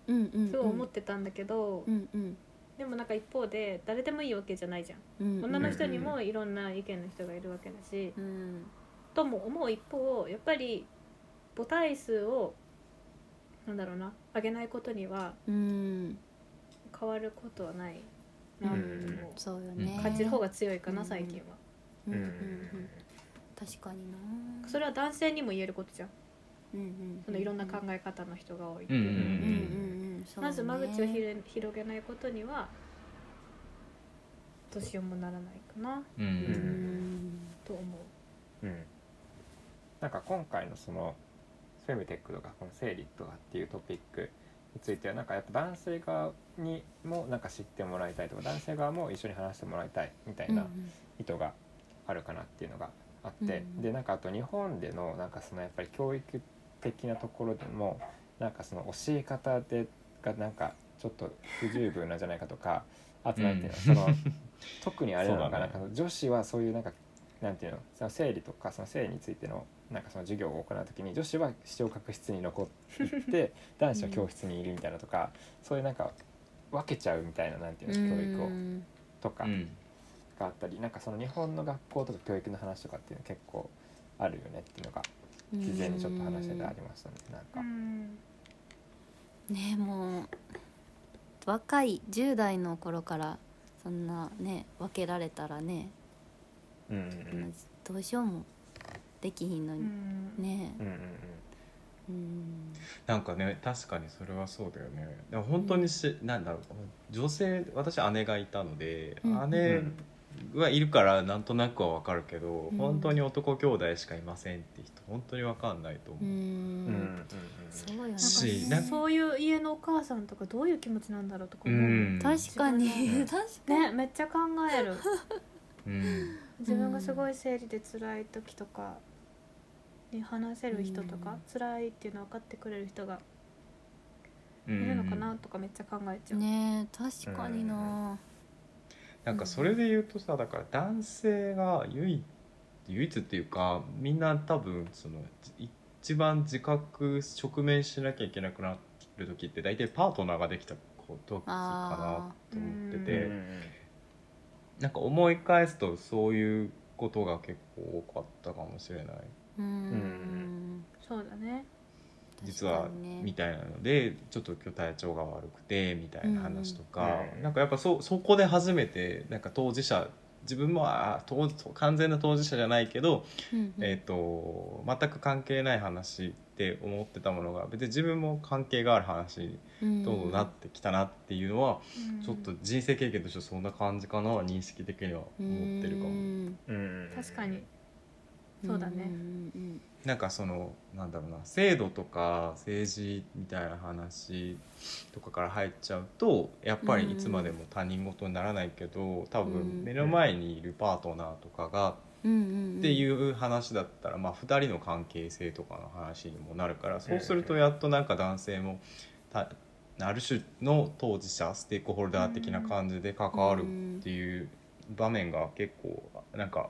[SPEAKER 3] うんうん
[SPEAKER 4] すごい思ってたんだけど、
[SPEAKER 3] うんうん
[SPEAKER 4] でもなんか一方で誰でもいいわけじゃないじゃん、
[SPEAKER 3] うん
[SPEAKER 4] 女の人にもいろんな意見の人がいるわけだし、
[SPEAKER 3] うん
[SPEAKER 4] とも思う一方やっぱり母体数をなんだろうな上げないことには
[SPEAKER 3] うん
[SPEAKER 4] 変わることはないなって思う
[SPEAKER 3] そうよね
[SPEAKER 4] 感じる方が強いかな、
[SPEAKER 3] うん
[SPEAKER 4] 最近は
[SPEAKER 3] うん
[SPEAKER 1] う
[SPEAKER 3] うんん
[SPEAKER 1] う
[SPEAKER 3] うんん確かにな
[SPEAKER 4] それは男性にも言えることじゃん
[SPEAKER 3] うんうん
[SPEAKER 4] そのいろんな考え方の人が多いって
[SPEAKER 2] うんう
[SPEAKER 4] い
[SPEAKER 2] ん
[SPEAKER 4] う、
[SPEAKER 3] うんうんうんそうね
[SPEAKER 4] まず間口をひれ広げないことにはどうしようもならないかな
[SPEAKER 2] うんう
[SPEAKER 3] うんん
[SPEAKER 4] と思う。
[SPEAKER 1] うんなんか今回のそのフェムテックとかこの生理とかっていうトピックについてはなんかやっぱ男性側にもなんか知ってもらいたいとか男性側も一緒に話してもらいたいみたいな意図があるかなっていうのがあって、
[SPEAKER 3] うん
[SPEAKER 1] でなんかあと日本でのなんかそのやっぱり教育的なところでもなんかその教え方でがなんかちょっと不十分なんじゃないかとかあとなんていうの,、
[SPEAKER 2] うん
[SPEAKER 1] その特にあれなのかな,、
[SPEAKER 2] そうだね
[SPEAKER 1] なんか女子はそういうなんかなんていうのその生理とかその性についてのなんかその授業を行うときに女子は視聴覚室に残って男子は教室にいるみたいなとか、そういうなんか分けちゃうみたいななんていうの教育を
[SPEAKER 3] うん
[SPEAKER 1] とか、
[SPEAKER 2] うん
[SPEAKER 1] があったりなんかその日本の学校とか教育の話とかっていうの結構あるよねっていうのが事前にちょっと話しててありましたねなんか、
[SPEAKER 3] ねもう若い10代の頃からそんなね分けられたらね
[SPEAKER 1] うん、うん
[SPEAKER 3] どうしようもできひんのにね
[SPEAKER 1] うんうん
[SPEAKER 3] うん
[SPEAKER 2] なんかね確かにそれはそうだよねでも本当にし、なんだろう女性私姉がいたので、
[SPEAKER 3] う
[SPEAKER 1] う
[SPEAKER 3] ん
[SPEAKER 1] んう
[SPEAKER 2] 姉
[SPEAKER 1] ん
[SPEAKER 2] はいるからなんとなくはわかるけど、
[SPEAKER 3] うん
[SPEAKER 2] 本当に男兄弟しかいませんって人本当にわかんないと思
[SPEAKER 3] う
[SPEAKER 2] う、
[SPEAKER 1] うんうんうん
[SPEAKER 3] んそうよね
[SPEAKER 2] し
[SPEAKER 4] な
[SPEAKER 2] なん
[SPEAKER 4] かそういう家のお母さんとかどういう気持ちなんだろうとか思う、
[SPEAKER 2] うん
[SPEAKER 3] 確かに
[SPEAKER 1] うん
[SPEAKER 3] 確かに
[SPEAKER 4] ねめっちゃ考える
[SPEAKER 2] うん
[SPEAKER 4] 自分がすごい生理で辛い時とかに話せる人とか、辛いっていうの分かってくれる人が
[SPEAKER 2] う
[SPEAKER 4] い
[SPEAKER 2] ん
[SPEAKER 4] るのかなとかめっちゃ考えちゃう、
[SPEAKER 3] ね確かにな
[SPEAKER 2] なんかそれで言うとさだから男性が唯一唯一っていうかみんな多分そのい一番自覚直面しなきゃいけなくなる時って大体パートナーができたことか
[SPEAKER 3] あ
[SPEAKER 2] なと思って
[SPEAKER 1] うん
[SPEAKER 4] で
[SPEAKER 2] て、
[SPEAKER 1] うん
[SPEAKER 2] なんか思い返すとそういうことが結構多かったかもしれない
[SPEAKER 3] ーう
[SPEAKER 1] うん
[SPEAKER 3] ん
[SPEAKER 4] そうだね
[SPEAKER 2] 実は
[SPEAKER 3] 確かにね
[SPEAKER 2] みたいなのでちょっと今日体調が悪くてみたいな話とか、
[SPEAKER 1] うん
[SPEAKER 2] なんかやっぱそそこで初めてなんか当事者自分もあ当完全な当事者じゃないけど、
[SPEAKER 3] うんうん
[SPEAKER 2] えっと全く関係ない話って思ってたものが別に自分も関係がある話に
[SPEAKER 3] うん
[SPEAKER 2] どんどんなってきたなっていうのは、
[SPEAKER 4] うん
[SPEAKER 2] ちょっと人生経験としてそんな感じかな認識的には思ってるかも。
[SPEAKER 3] うん
[SPEAKER 1] うん
[SPEAKER 4] 確かにそうだね
[SPEAKER 3] んうん
[SPEAKER 2] なんかそのなんだろうな制度とか政治みたいな話とかから入っちゃうとやっぱりいつまでも他人事にならないけど多
[SPEAKER 3] うん
[SPEAKER 2] 分目の前にいるパートナーとかが
[SPEAKER 3] うんうんうん
[SPEAKER 2] って
[SPEAKER 3] う
[SPEAKER 2] いう話だったらまあ2人の関係性とかの話にもなるからそうするとやっとなんか男性もたある種の当事者ステークホルダー的な感じで関わるっていう場面が結構なんか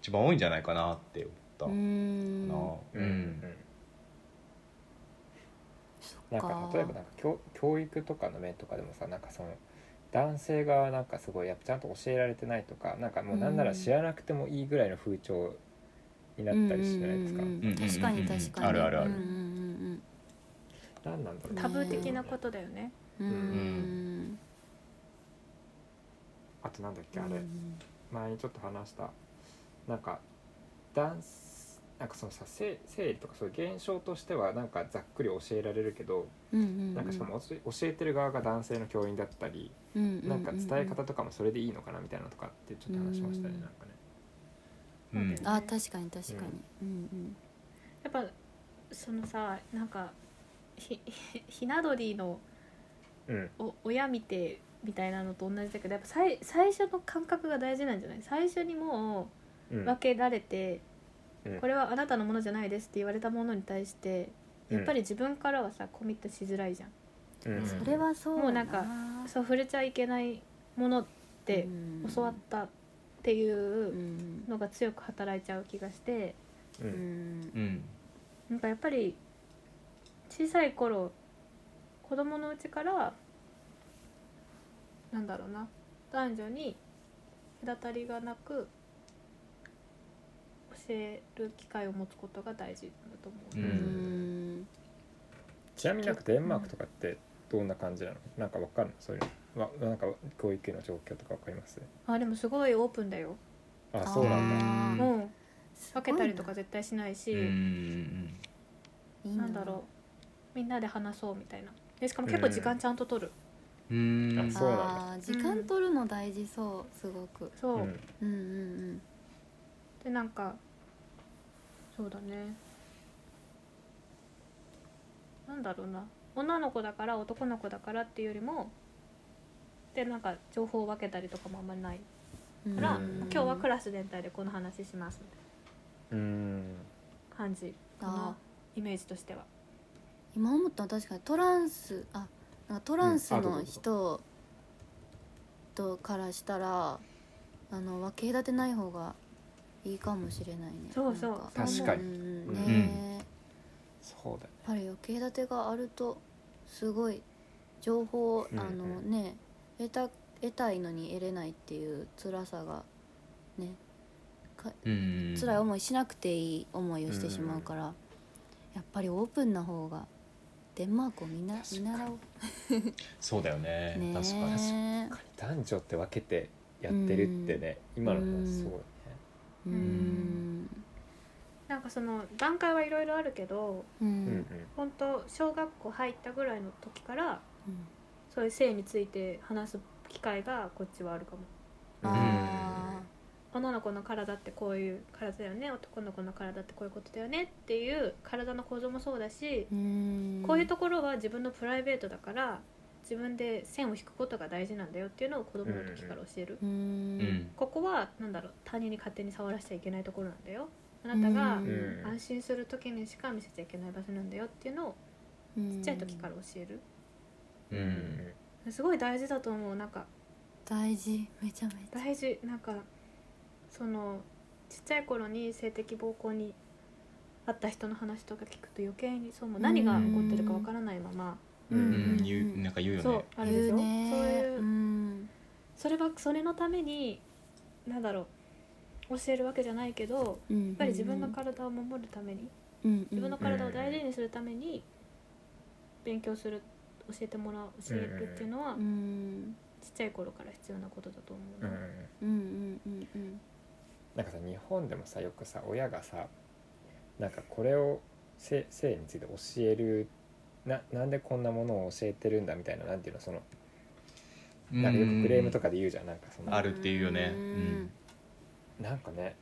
[SPEAKER 2] 一番多いんじゃないかなって思っ
[SPEAKER 3] ん
[SPEAKER 2] たな。
[SPEAKER 1] うん
[SPEAKER 2] うん
[SPEAKER 1] なんか例えばなんか教教育とかの面とかでもさなんかその男性側なんかすごいやっぱちゃんと教えられてないとかなんかもうなんなら知らなくてもいいぐらいの風潮になったりしないですか、
[SPEAKER 3] うんうん
[SPEAKER 2] うん
[SPEAKER 3] う
[SPEAKER 2] うんん
[SPEAKER 3] 確かに確かに
[SPEAKER 2] あるあるある
[SPEAKER 3] うんうん
[SPEAKER 1] 何なんだろう
[SPEAKER 4] タブー的なことだよね
[SPEAKER 3] うんうん
[SPEAKER 1] あとなんだっけあれ、
[SPEAKER 3] うん
[SPEAKER 1] 前にちょっと話したなんかダンスなんかそのさ生生理とかそういう現象としてはなんかざっくり教えられるけど、
[SPEAKER 3] うんうん
[SPEAKER 1] なんかしかも教え教えてる側が男性の教員だったり、
[SPEAKER 3] うんうんうん
[SPEAKER 1] なんか伝え方とかもそれでいいのかなみたいなのとかってちょっと話しましたね、
[SPEAKER 3] うん
[SPEAKER 1] なんかね。
[SPEAKER 2] うん
[SPEAKER 3] あ確かに確かにうんうん
[SPEAKER 4] やっぱそのさなんかひひな鳥の
[SPEAKER 1] うん
[SPEAKER 4] お親見てみたいなのと同じだけどやっぱさい最初の感覚が大事なんじゃない最初にも
[SPEAKER 1] う
[SPEAKER 4] うん分けられて、
[SPEAKER 1] うん
[SPEAKER 4] これはあなたのものじゃないですって言われたものに対してやっぱり自分からはさコミットしづらいじゃん、
[SPEAKER 1] うん
[SPEAKER 3] それはそうだ
[SPEAKER 4] もうなんかそう触れちゃいけないものって
[SPEAKER 3] うん
[SPEAKER 4] 教わったっていううんのが強く働いちゃう気がして
[SPEAKER 1] う
[SPEAKER 3] うんん
[SPEAKER 2] うん
[SPEAKER 4] なんかやっぱり小さい頃子供のうちからなんだろうな男女に隔たりがなく教える機会を持つことが大事だと思う。
[SPEAKER 2] う
[SPEAKER 3] うんん
[SPEAKER 1] ちなみになんかデンマークとかってどんな感じなのなんかわかるのそういうのわなんか教育の状況とかわかります
[SPEAKER 4] あでもすごいオープンだよ。
[SPEAKER 1] あそうなんだ
[SPEAKER 3] あー
[SPEAKER 2] うん
[SPEAKER 4] もう分けたりとか絶対しないし、
[SPEAKER 2] うん
[SPEAKER 3] いい
[SPEAKER 4] なんだろうみんなで話そうみたいな。でしかも結構時間ちゃんと取る。
[SPEAKER 2] うんうん
[SPEAKER 1] あ
[SPEAKER 2] あ
[SPEAKER 1] そ
[SPEAKER 2] そ
[SPEAKER 1] うんだ
[SPEAKER 3] あー時間取るの大事そうすごく
[SPEAKER 4] そう、
[SPEAKER 1] うん
[SPEAKER 3] うんうん
[SPEAKER 4] でなんかそうだねなんだろうな女の子だから男の子だからっていうよりもでなんか情報を分けたりとかもあんまりない
[SPEAKER 3] うん
[SPEAKER 4] から、
[SPEAKER 1] うん
[SPEAKER 4] 今日はクラス全体でこの話しますみたい
[SPEAKER 1] うん
[SPEAKER 4] な感じか
[SPEAKER 3] あ
[SPEAKER 4] なイメージとしては。
[SPEAKER 3] 今思ったの確かにトランスあなんかトランス
[SPEAKER 1] うんあどうぞど
[SPEAKER 3] の
[SPEAKER 1] うぞ
[SPEAKER 3] 人とからしたらあの分け隔てない方がいいかもしれないね
[SPEAKER 4] そうそう
[SPEAKER 3] なん
[SPEAKER 1] 確かに
[SPEAKER 3] うん
[SPEAKER 1] うん
[SPEAKER 3] ね
[SPEAKER 1] そうだよ
[SPEAKER 3] やっぱり分け隔てがあるとすごい情報を
[SPEAKER 1] うん
[SPEAKER 3] あのね得た得たいのに得れないっていう辛さがねか
[SPEAKER 2] うん
[SPEAKER 3] 辛い思いしなくていい思いをしてしまうから、やっぱりオープンな方がデンマークを見な見習おう
[SPEAKER 2] そうだよね
[SPEAKER 3] ね
[SPEAKER 2] 確かに
[SPEAKER 1] 男女って分けてやってるってね今の話そうだね
[SPEAKER 3] うーん
[SPEAKER 4] なんかその段階はいろいろあるけど
[SPEAKER 3] うんう
[SPEAKER 1] うん
[SPEAKER 3] ん
[SPEAKER 4] 本当小学校入ったぐらいの時からそういう性について話す機会がこっちはあるかも。
[SPEAKER 3] あ
[SPEAKER 4] 女の子の体ってこういう体だよね男の子の体ってこういうことだよねっていう体の構造もそうだし
[SPEAKER 3] ーう、ん
[SPEAKER 4] こういうところは自分のプライベートだから自分で線を引くことが大事なんだよっていうのを子供の時から教える、
[SPEAKER 3] うー
[SPEAKER 2] うんん
[SPEAKER 4] ここはなんだろう他人に勝手に触らしちゃいけないところなんだよあなた
[SPEAKER 3] う
[SPEAKER 4] が
[SPEAKER 1] うんん
[SPEAKER 4] 安心する時にしか見せちゃいけない場所なんだよっていうのを
[SPEAKER 3] うん
[SPEAKER 4] ちっちゃい時から教える
[SPEAKER 2] う
[SPEAKER 1] うん
[SPEAKER 2] ん
[SPEAKER 4] すごい大事だと思うなんか
[SPEAKER 3] 大事めちゃめちゃ
[SPEAKER 4] 大事なんかそのちっちゃい頃に性的暴行にあった人の話とか聞くと余計にそうもう何が起こってるかわからないまま
[SPEAKER 1] う
[SPEAKER 2] うんん言うなんか言うよね
[SPEAKER 4] そうあれで
[SPEAKER 3] 言う
[SPEAKER 4] しょそう
[SPEAKER 3] ね
[SPEAKER 4] いううんそれはそれのためになんだろう教えるわけじゃないけどやっ
[SPEAKER 3] やっ
[SPEAKER 4] ぱり自分の体を守るために自
[SPEAKER 3] 自
[SPEAKER 4] 分の体を大事にするために勉強する教えてもらう教えるっていうのは
[SPEAKER 3] うん
[SPEAKER 4] しちっちゃい頃から必要なことだと思
[SPEAKER 1] う
[SPEAKER 4] う
[SPEAKER 1] ん
[SPEAKER 4] な、
[SPEAKER 3] うんうんうんうん
[SPEAKER 1] なんかさ日本でもさよくさ親がさなんかこれを性性について教えるななんでこんなものを教えてるんだみたいななんていうのそのなんかよくクレームと
[SPEAKER 2] か
[SPEAKER 1] かで言うじゃんなんかその
[SPEAKER 2] あるっていうよね
[SPEAKER 3] う
[SPEAKER 2] うんん
[SPEAKER 1] なんかね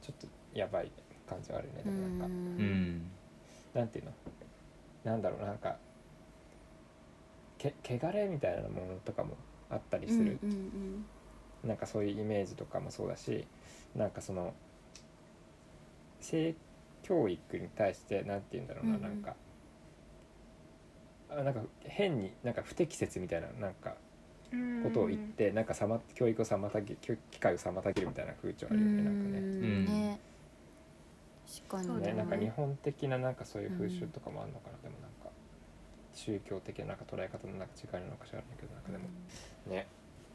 [SPEAKER 1] ちょっとやばい感じはあるよねでもなんか、
[SPEAKER 2] うん
[SPEAKER 1] なんていうのなんだろうなんかけ汚れみたいなものとかもあったりする、
[SPEAKER 3] うんうん
[SPEAKER 1] なんかそういうイメージとかもそうだしなんかその性教育に対してなんて言うんだろうな、
[SPEAKER 3] うんうん
[SPEAKER 1] なんかあなんか変になんか不適切みたいななんかことを言って、なんかさま教育を妨げ教機会を妨げるみたいな風潮あ
[SPEAKER 3] う
[SPEAKER 1] るよ
[SPEAKER 3] ん
[SPEAKER 1] ね、なんかね。
[SPEAKER 2] うん
[SPEAKER 3] ね確か
[SPEAKER 4] そう
[SPEAKER 3] に
[SPEAKER 4] だ
[SPEAKER 1] ね、
[SPEAKER 4] よ
[SPEAKER 1] なんか日
[SPEAKER 3] ね
[SPEAKER 1] 本的ななんかそういう風習とかもあるのかな、でもなんか宗教的ななんか捉え方のなんか違いなのか知らないけどなんかでもね、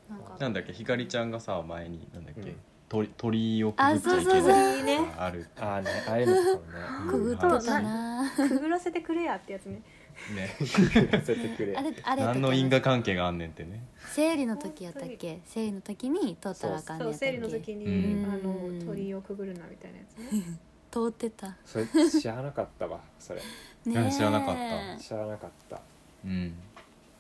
[SPEAKER 3] なんか
[SPEAKER 2] なんだっけひかりちゃんがさ前になんだっけ、
[SPEAKER 1] うん
[SPEAKER 2] 鳥鳥をくぐ
[SPEAKER 3] あ
[SPEAKER 2] っち
[SPEAKER 3] そ
[SPEAKER 2] ゃ
[SPEAKER 3] う
[SPEAKER 2] い
[SPEAKER 3] そう
[SPEAKER 2] け
[SPEAKER 3] そ
[SPEAKER 2] ないう
[SPEAKER 4] ね
[SPEAKER 2] あある
[SPEAKER 1] ああねああいう [laughs] のとかもね
[SPEAKER 3] くぐっとったな
[SPEAKER 4] くぐらせてくれやってやつね
[SPEAKER 2] ね
[SPEAKER 1] させてくれ
[SPEAKER 3] あれあれとか
[SPEAKER 2] 何の因果関係があんねんってね
[SPEAKER 3] 生理の時やったっけ生理の時に通ったらあかんね
[SPEAKER 4] そ
[SPEAKER 3] や
[SPEAKER 4] う
[SPEAKER 3] ったっ
[SPEAKER 4] 生
[SPEAKER 3] け
[SPEAKER 4] 理の時に、
[SPEAKER 2] うん
[SPEAKER 4] あの鳥居をくぐるなみたいなやつね
[SPEAKER 3] 通ってた
[SPEAKER 1] それ知らなかったわそれ
[SPEAKER 3] ねえ
[SPEAKER 2] 知らなかった
[SPEAKER 1] 知らなかった
[SPEAKER 2] うん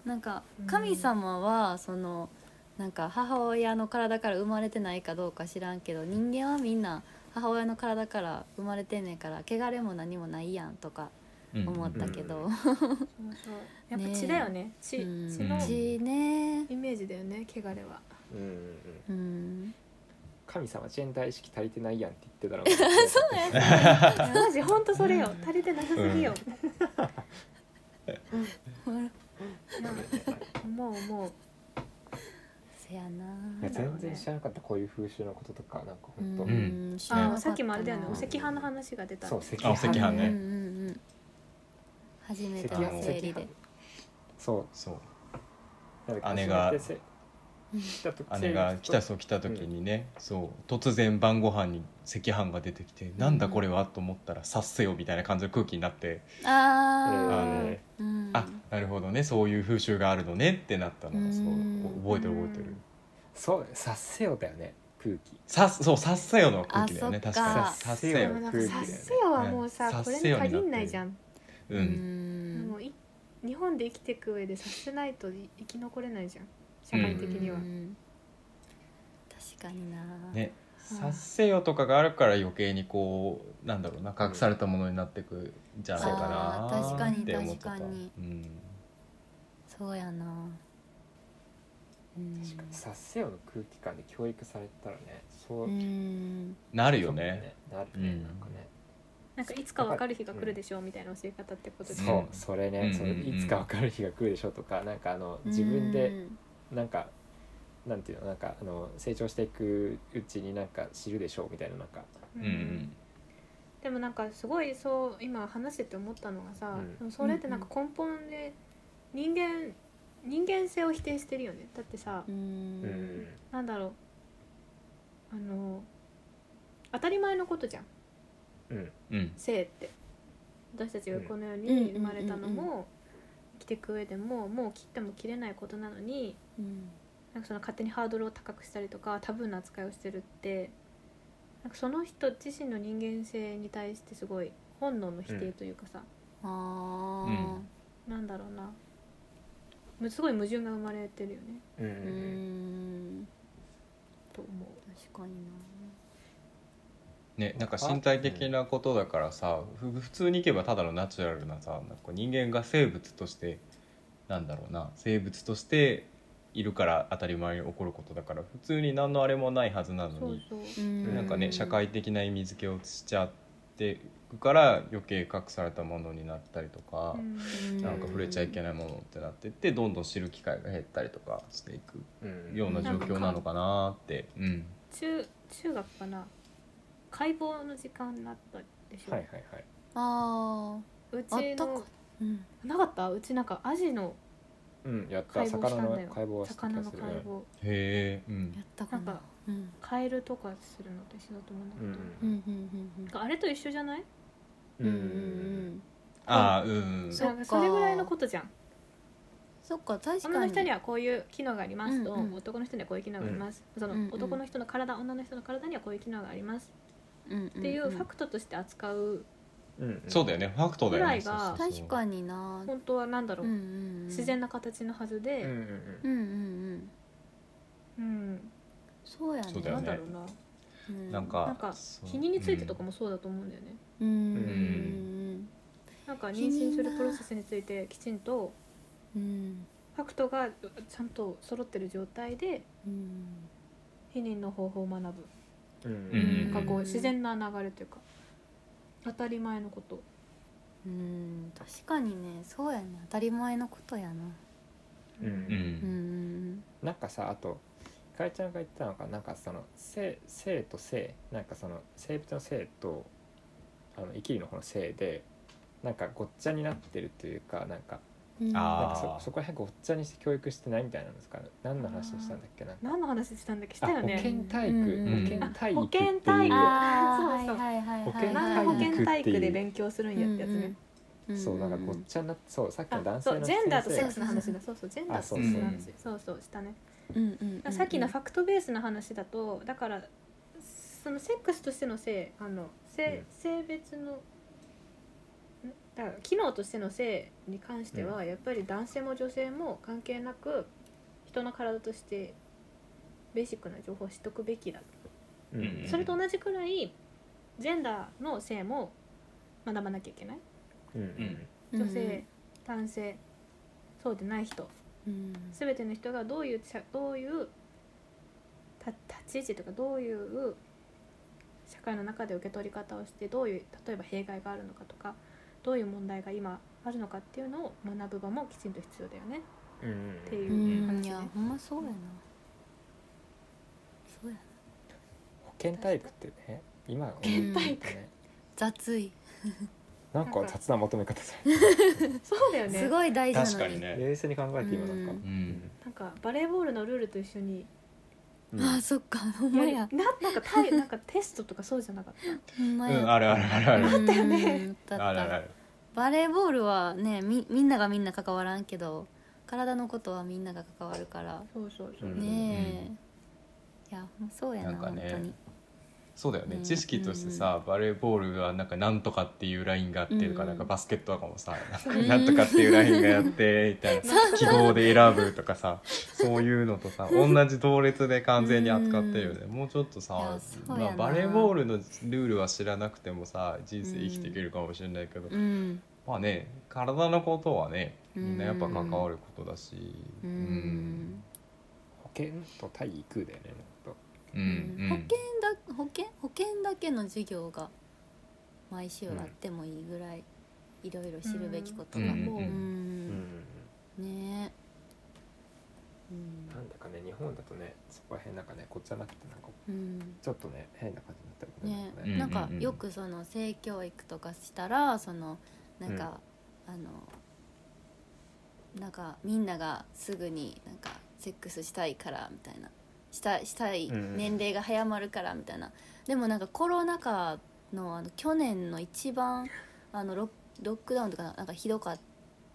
[SPEAKER 3] なんか神様はそのなんか母親の体から生まれてないかどうか知らんけど人間はみんな母親の体から生まれてんねんから汚れも何もないやんとか
[SPEAKER 2] うん
[SPEAKER 3] 思ったけど、
[SPEAKER 4] そうそうやっぱ血だよね血
[SPEAKER 3] うん
[SPEAKER 4] 血の
[SPEAKER 3] 血ね
[SPEAKER 4] イメージだよね汚れは
[SPEAKER 1] うんうんうん
[SPEAKER 3] うん
[SPEAKER 1] 神様ジェンダー意識足りてないやんって言ってたの [laughs] そうね
[SPEAKER 4] マジ本当それよ足りてなさすぎよ、な思う思う
[SPEAKER 3] せやな
[SPEAKER 1] 全然知らなかったこういう風習のこととかなんか
[SPEAKER 3] う
[SPEAKER 1] 本当、
[SPEAKER 2] ん
[SPEAKER 3] ん知らなか
[SPEAKER 4] あ
[SPEAKER 3] た
[SPEAKER 4] あ
[SPEAKER 3] な
[SPEAKER 4] さっきもあれだよね
[SPEAKER 1] う
[SPEAKER 4] お
[SPEAKER 1] ん
[SPEAKER 4] 赤飯の話が出た
[SPEAKER 1] そう
[SPEAKER 4] ね
[SPEAKER 1] 赤
[SPEAKER 2] あお赤飯
[SPEAKER 3] うんうん
[SPEAKER 2] ね
[SPEAKER 3] うん初めて
[SPEAKER 1] 赤
[SPEAKER 3] の
[SPEAKER 1] 飯
[SPEAKER 3] 生理で
[SPEAKER 1] そう
[SPEAKER 2] そう
[SPEAKER 1] なんか
[SPEAKER 2] 姉が
[SPEAKER 1] 初めてせ来た時
[SPEAKER 2] 姉が来た
[SPEAKER 1] 生
[SPEAKER 2] そう来た時にね、そう突然晩ご飯に赤飯が出てきて、なんだこれはと思ったらさっせよみたいな感じの空気になって、
[SPEAKER 3] あ
[SPEAKER 1] 理
[SPEAKER 3] ー
[SPEAKER 1] あ
[SPEAKER 2] あ
[SPEAKER 1] の
[SPEAKER 2] の
[SPEAKER 1] ね
[SPEAKER 3] うん
[SPEAKER 2] あなるほどねそういう風習があるのねってなったのがそう
[SPEAKER 3] うん
[SPEAKER 2] 覚えてる覚えて
[SPEAKER 4] う
[SPEAKER 2] る
[SPEAKER 4] ん
[SPEAKER 1] そうさっせよだよね空気
[SPEAKER 2] さそうさっせよの空気だよね
[SPEAKER 3] あそっ
[SPEAKER 2] 確
[SPEAKER 3] か
[SPEAKER 2] かにさっせ
[SPEAKER 1] だ
[SPEAKER 4] で
[SPEAKER 1] よ
[SPEAKER 4] も
[SPEAKER 2] よ
[SPEAKER 4] なんか
[SPEAKER 1] 空気だ
[SPEAKER 4] さっ
[SPEAKER 1] よね
[SPEAKER 4] せよはもうさ、
[SPEAKER 2] うん
[SPEAKER 4] これに限んないじゃん、
[SPEAKER 2] う
[SPEAKER 3] うんん
[SPEAKER 4] もうい日本で生きていく上でさせないと生き残れないじゃん社会的には、
[SPEAKER 3] うん確かにな、
[SPEAKER 2] ねさっせよとかがあるから余計にこうなんだろうな隠されたものになってくんじゃないか
[SPEAKER 3] あー確か
[SPEAKER 2] な
[SPEAKER 3] に
[SPEAKER 2] って思ってた
[SPEAKER 3] 確かに
[SPEAKER 2] うん
[SPEAKER 3] そうやな、うん、
[SPEAKER 1] 確かにさっせよの空気感で教育されたらねそう、
[SPEAKER 3] うん
[SPEAKER 2] な
[SPEAKER 1] あ
[SPEAKER 2] るよね
[SPEAKER 1] なるね、
[SPEAKER 2] うん
[SPEAKER 1] なんかね
[SPEAKER 4] なんかいつか分かる日が来るでしょうみたいな教え方ってことで、
[SPEAKER 1] そう、それね、
[SPEAKER 2] うん
[SPEAKER 1] それ
[SPEAKER 2] うんうん
[SPEAKER 1] いつか分かる日が来るでしょとかなんかあの自分で、なんかなんていうのなんかあの成長していくうちになんか知るでしょうみたいななんか、
[SPEAKER 2] う
[SPEAKER 4] うんん
[SPEAKER 2] うん
[SPEAKER 4] でもなんかすごいそう今話してて思ったのがさ、
[SPEAKER 1] うん
[SPEAKER 4] でもそれってなんか根本で人間人間性を否定してるよねだってさ、
[SPEAKER 3] うん
[SPEAKER 1] う
[SPEAKER 3] うん
[SPEAKER 4] なんだろうあの当たり前のことじゃん
[SPEAKER 1] うん
[SPEAKER 2] うん
[SPEAKER 4] 性って私たちがこの世
[SPEAKER 3] うん
[SPEAKER 4] に生まれたの
[SPEAKER 3] うんうん
[SPEAKER 4] も生きていく上でももう切っても切れないことなのに
[SPEAKER 3] うん
[SPEAKER 4] なんかその勝手にハードルを高くしたりとかタブーな扱いをしてるってなんかその人自身の人間性に対してすごい本能の否定というかさ、
[SPEAKER 3] あ
[SPEAKER 4] なんだろうなむすごい矛盾が生まれてるよね
[SPEAKER 1] うんう
[SPEAKER 3] ーうんん
[SPEAKER 4] と思う。
[SPEAKER 3] 確かにな
[SPEAKER 2] ね、なんか身体的なことだからさ、ふ普通にいけばただのナチュラルなさなんか人間が生物としてなんだろうな生物としているから当たり前に起こることだから普通に何のあれもないはずなの
[SPEAKER 4] そう
[SPEAKER 2] に
[SPEAKER 4] そう
[SPEAKER 3] うん
[SPEAKER 2] なんかね社会的な意味付けをしちゃってくから余計隠されたものになったりとか、
[SPEAKER 4] うん
[SPEAKER 2] なんか触れちゃいけないものってなってってどんどん知る機会が減ったりとかしていく
[SPEAKER 1] うん
[SPEAKER 2] ような状況なのかなって。うん
[SPEAKER 4] 中中学かな解剖の時間になったでしょ、
[SPEAKER 1] はいはいはい
[SPEAKER 3] あ
[SPEAKER 4] う
[SPEAKER 3] ああっ
[SPEAKER 4] ち
[SPEAKER 3] たか
[SPEAKER 4] の
[SPEAKER 3] うん
[SPEAKER 4] なかったうちなんかアジの
[SPEAKER 1] うんやった
[SPEAKER 4] 解剖した
[SPEAKER 1] 魚
[SPEAKER 4] ん
[SPEAKER 1] の
[SPEAKER 4] だよ
[SPEAKER 1] 解剖をした気
[SPEAKER 4] 魚
[SPEAKER 1] が
[SPEAKER 4] の
[SPEAKER 1] する
[SPEAKER 4] 解剖
[SPEAKER 2] へーうん
[SPEAKER 3] やったか
[SPEAKER 4] なん
[SPEAKER 3] な
[SPEAKER 4] か
[SPEAKER 3] うん
[SPEAKER 4] カエルとかするのと一緒だと思うんだけ
[SPEAKER 1] う
[SPEAKER 4] ど、
[SPEAKER 1] ん
[SPEAKER 3] うんうん
[SPEAKER 4] なんかあれと一緒じゃない
[SPEAKER 1] うんうん
[SPEAKER 3] うんう
[SPEAKER 1] うん
[SPEAKER 3] ん
[SPEAKER 2] あーうん
[SPEAKER 3] そっか
[SPEAKER 4] なんかそれぐらいのことじゃん
[SPEAKER 3] そっか確かに
[SPEAKER 4] 女の人にはこういう機能がありますと、
[SPEAKER 3] うんうん
[SPEAKER 4] 男の人にはこういう機能があります、その、
[SPEAKER 3] うんうん
[SPEAKER 4] 男の人の体女の人の体にはこういう機能があります、
[SPEAKER 3] うんんん
[SPEAKER 4] っていうファクトとして扱う
[SPEAKER 1] うん
[SPEAKER 2] そうだよねファクトだよね
[SPEAKER 4] ぐらい
[SPEAKER 2] そ
[SPEAKER 4] が
[SPEAKER 2] うそうそう
[SPEAKER 3] 確かにな
[SPEAKER 4] 本当は何だろ
[SPEAKER 3] う
[SPEAKER 4] う、
[SPEAKER 3] んうんうん
[SPEAKER 4] 自然な形のはず
[SPEAKER 1] うんう
[SPEAKER 4] で、
[SPEAKER 1] ん
[SPEAKER 3] うんうんうん
[SPEAKER 4] うん
[SPEAKER 3] そうやね
[SPEAKER 2] そうだよ
[SPEAKER 4] なん
[SPEAKER 2] ね
[SPEAKER 4] だろうな、
[SPEAKER 3] うん
[SPEAKER 2] なんか
[SPEAKER 4] なんか
[SPEAKER 2] そう
[SPEAKER 4] 避妊についてとかもそうだと思うんだよね、
[SPEAKER 3] うんうん
[SPEAKER 4] なんか
[SPEAKER 3] 避妊
[SPEAKER 4] 妊娠する
[SPEAKER 3] な
[SPEAKER 4] プロセスについてきちんと
[SPEAKER 3] うんうん
[SPEAKER 4] ファクトがちゃんと揃ってる状態で
[SPEAKER 3] うん
[SPEAKER 4] 避妊の方法を学ぶ
[SPEAKER 1] うん
[SPEAKER 2] うん
[SPEAKER 1] うん
[SPEAKER 4] なんかこう自然な流れというか当たり前のこと
[SPEAKER 3] うん確かにねそうやね当たり前のことやな
[SPEAKER 1] うん
[SPEAKER 2] う
[SPEAKER 3] うんん
[SPEAKER 1] なんかさあとかえちゃんが言ってたのがなんかその性性と性なんかその性別の性とあの生きるの方の性でなんかごっちゃになってるというかなんか
[SPEAKER 3] うんうん
[SPEAKER 2] あー
[SPEAKER 1] なんかそそこら辺ごっちゃにして教育してないみたいなんですかね何の話をしたんだっけなんか
[SPEAKER 4] 何の話したんだっけし
[SPEAKER 1] あ
[SPEAKER 4] たよ
[SPEAKER 1] 保
[SPEAKER 4] ね
[SPEAKER 1] 健体育、
[SPEAKER 3] うん
[SPEAKER 2] うん
[SPEAKER 1] 保健体育
[SPEAKER 4] あ保
[SPEAKER 1] っていう
[SPEAKER 3] あ
[SPEAKER 4] 健体育
[SPEAKER 3] ー
[SPEAKER 4] そうそう
[SPEAKER 3] はいはいはいはい
[SPEAKER 4] なんで
[SPEAKER 1] 保
[SPEAKER 4] 保
[SPEAKER 1] 健体
[SPEAKER 4] 健体
[SPEAKER 1] 育っていう
[SPEAKER 4] 育で勉強するんやってやつね、
[SPEAKER 1] そうなんかごっちゃになってそうさっきの男性
[SPEAKER 4] そ
[SPEAKER 1] の
[SPEAKER 4] うジェンダーとセ
[SPEAKER 1] 先
[SPEAKER 4] ッ
[SPEAKER 1] 生
[SPEAKER 4] クスの話だそうそうジェンダーとセックスの話そうそうしたね
[SPEAKER 3] ゃ
[SPEAKER 4] さっきのファクトベースの話だとだからそのセックスとしての性あの性,、性別のんだから機能としての性に関しては、やっぱり男性も女性も関係なく人の体としてベーシックな情報を知っとくべきだ、
[SPEAKER 1] うんうん
[SPEAKER 4] それと同じくらいジェンダーの性も学ばなきゃいけない
[SPEAKER 1] うんうん
[SPEAKER 4] 女性、男性そうでない人全ての人がどういう社どういうた立ち位置とかどういう社会の中で受け取り方をしてどういう例えば弊害があるのかとかどういう問題が今あるのかっていうのを学ぶ場もきちんと必要だよね。
[SPEAKER 1] うんうん
[SPEAKER 4] っていううん話
[SPEAKER 3] い
[SPEAKER 4] ね
[SPEAKER 3] やほんまそうやなそうやな
[SPEAKER 1] 保健体育ってね今思うと
[SPEAKER 3] 健体
[SPEAKER 4] 育
[SPEAKER 1] ね
[SPEAKER 3] 雑い
[SPEAKER 1] なんか雑な求め方する
[SPEAKER 4] [laughs] そうだよね
[SPEAKER 3] すごい大事なの
[SPEAKER 2] 確かにね
[SPEAKER 1] 冷静に考えて今なんか
[SPEAKER 2] う
[SPEAKER 3] うん
[SPEAKER 2] ん
[SPEAKER 4] なんかバレーボールのルールと一緒に
[SPEAKER 1] うん
[SPEAKER 3] あーそっかほんまや
[SPEAKER 4] ななんか体なんかテストとかそうじゃなかった
[SPEAKER 3] ほん
[SPEAKER 2] う
[SPEAKER 3] まや
[SPEAKER 2] んあるあるあるある
[SPEAKER 3] あったよ
[SPEAKER 4] ね
[SPEAKER 2] あるあるある
[SPEAKER 3] バレーボールはねみみんながみんな関わらんけど体のことはみんなが関わるから
[SPEAKER 4] [laughs] そうそうそう、
[SPEAKER 1] うん
[SPEAKER 3] ねえ、いやほんまそうやな
[SPEAKER 2] なんかね
[SPEAKER 3] 本
[SPEAKER 2] そうだよね、
[SPEAKER 3] うん
[SPEAKER 2] 知識としてさ、バレーボールがなんかなんとかっていうラインがあってとか,、
[SPEAKER 3] うん
[SPEAKER 2] なんかバスケットとかもさ、
[SPEAKER 3] うん
[SPEAKER 2] なんとかっていうラインがあってみ
[SPEAKER 3] [laughs]
[SPEAKER 2] たいな記号で選ぶとかさそういうのと
[SPEAKER 3] [laughs]
[SPEAKER 2] さ同じ同列で完全に扱ってるよね、もうちょっと
[SPEAKER 3] いや
[SPEAKER 2] さ、
[SPEAKER 3] そう
[SPEAKER 2] ま
[SPEAKER 3] やな
[SPEAKER 2] あ、バレーボールのルールは知らなくてもさ人生生きていけるかもしれないけど、
[SPEAKER 3] 当にうん
[SPEAKER 2] まあね体のことはねみんなやっぱ関わることだし
[SPEAKER 3] う
[SPEAKER 2] うんん、
[SPEAKER 1] 保健と体育だよねなんか
[SPEAKER 2] うん
[SPEAKER 3] うん保険だ保険保険だけの授業が毎週あってもいいぐらい、いろいろ知るべきことが
[SPEAKER 2] うん
[SPEAKER 4] もう、
[SPEAKER 3] うん、
[SPEAKER 1] うん
[SPEAKER 3] ねえうん
[SPEAKER 1] なんだかね日本だとねそこら辺なんかねこっちゃなくてなんか
[SPEAKER 3] うん
[SPEAKER 1] ちょっとね変な感じになってるけど
[SPEAKER 3] ね
[SPEAKER 1] な、んか
[SPEAKER 2] うん
[SPEAKER 3] なんかよくその性教育とかしたらそのなんか、あのなんかみんながすぐになんかセックスしたいからみたいなしたしたい
[SPEAKER 1] うん
[SPEAKER 3] 年齢が早まるからみたいな、でもなんかコロナ禍のあの去年の一番あのロロックダウンとかなんかひどかっ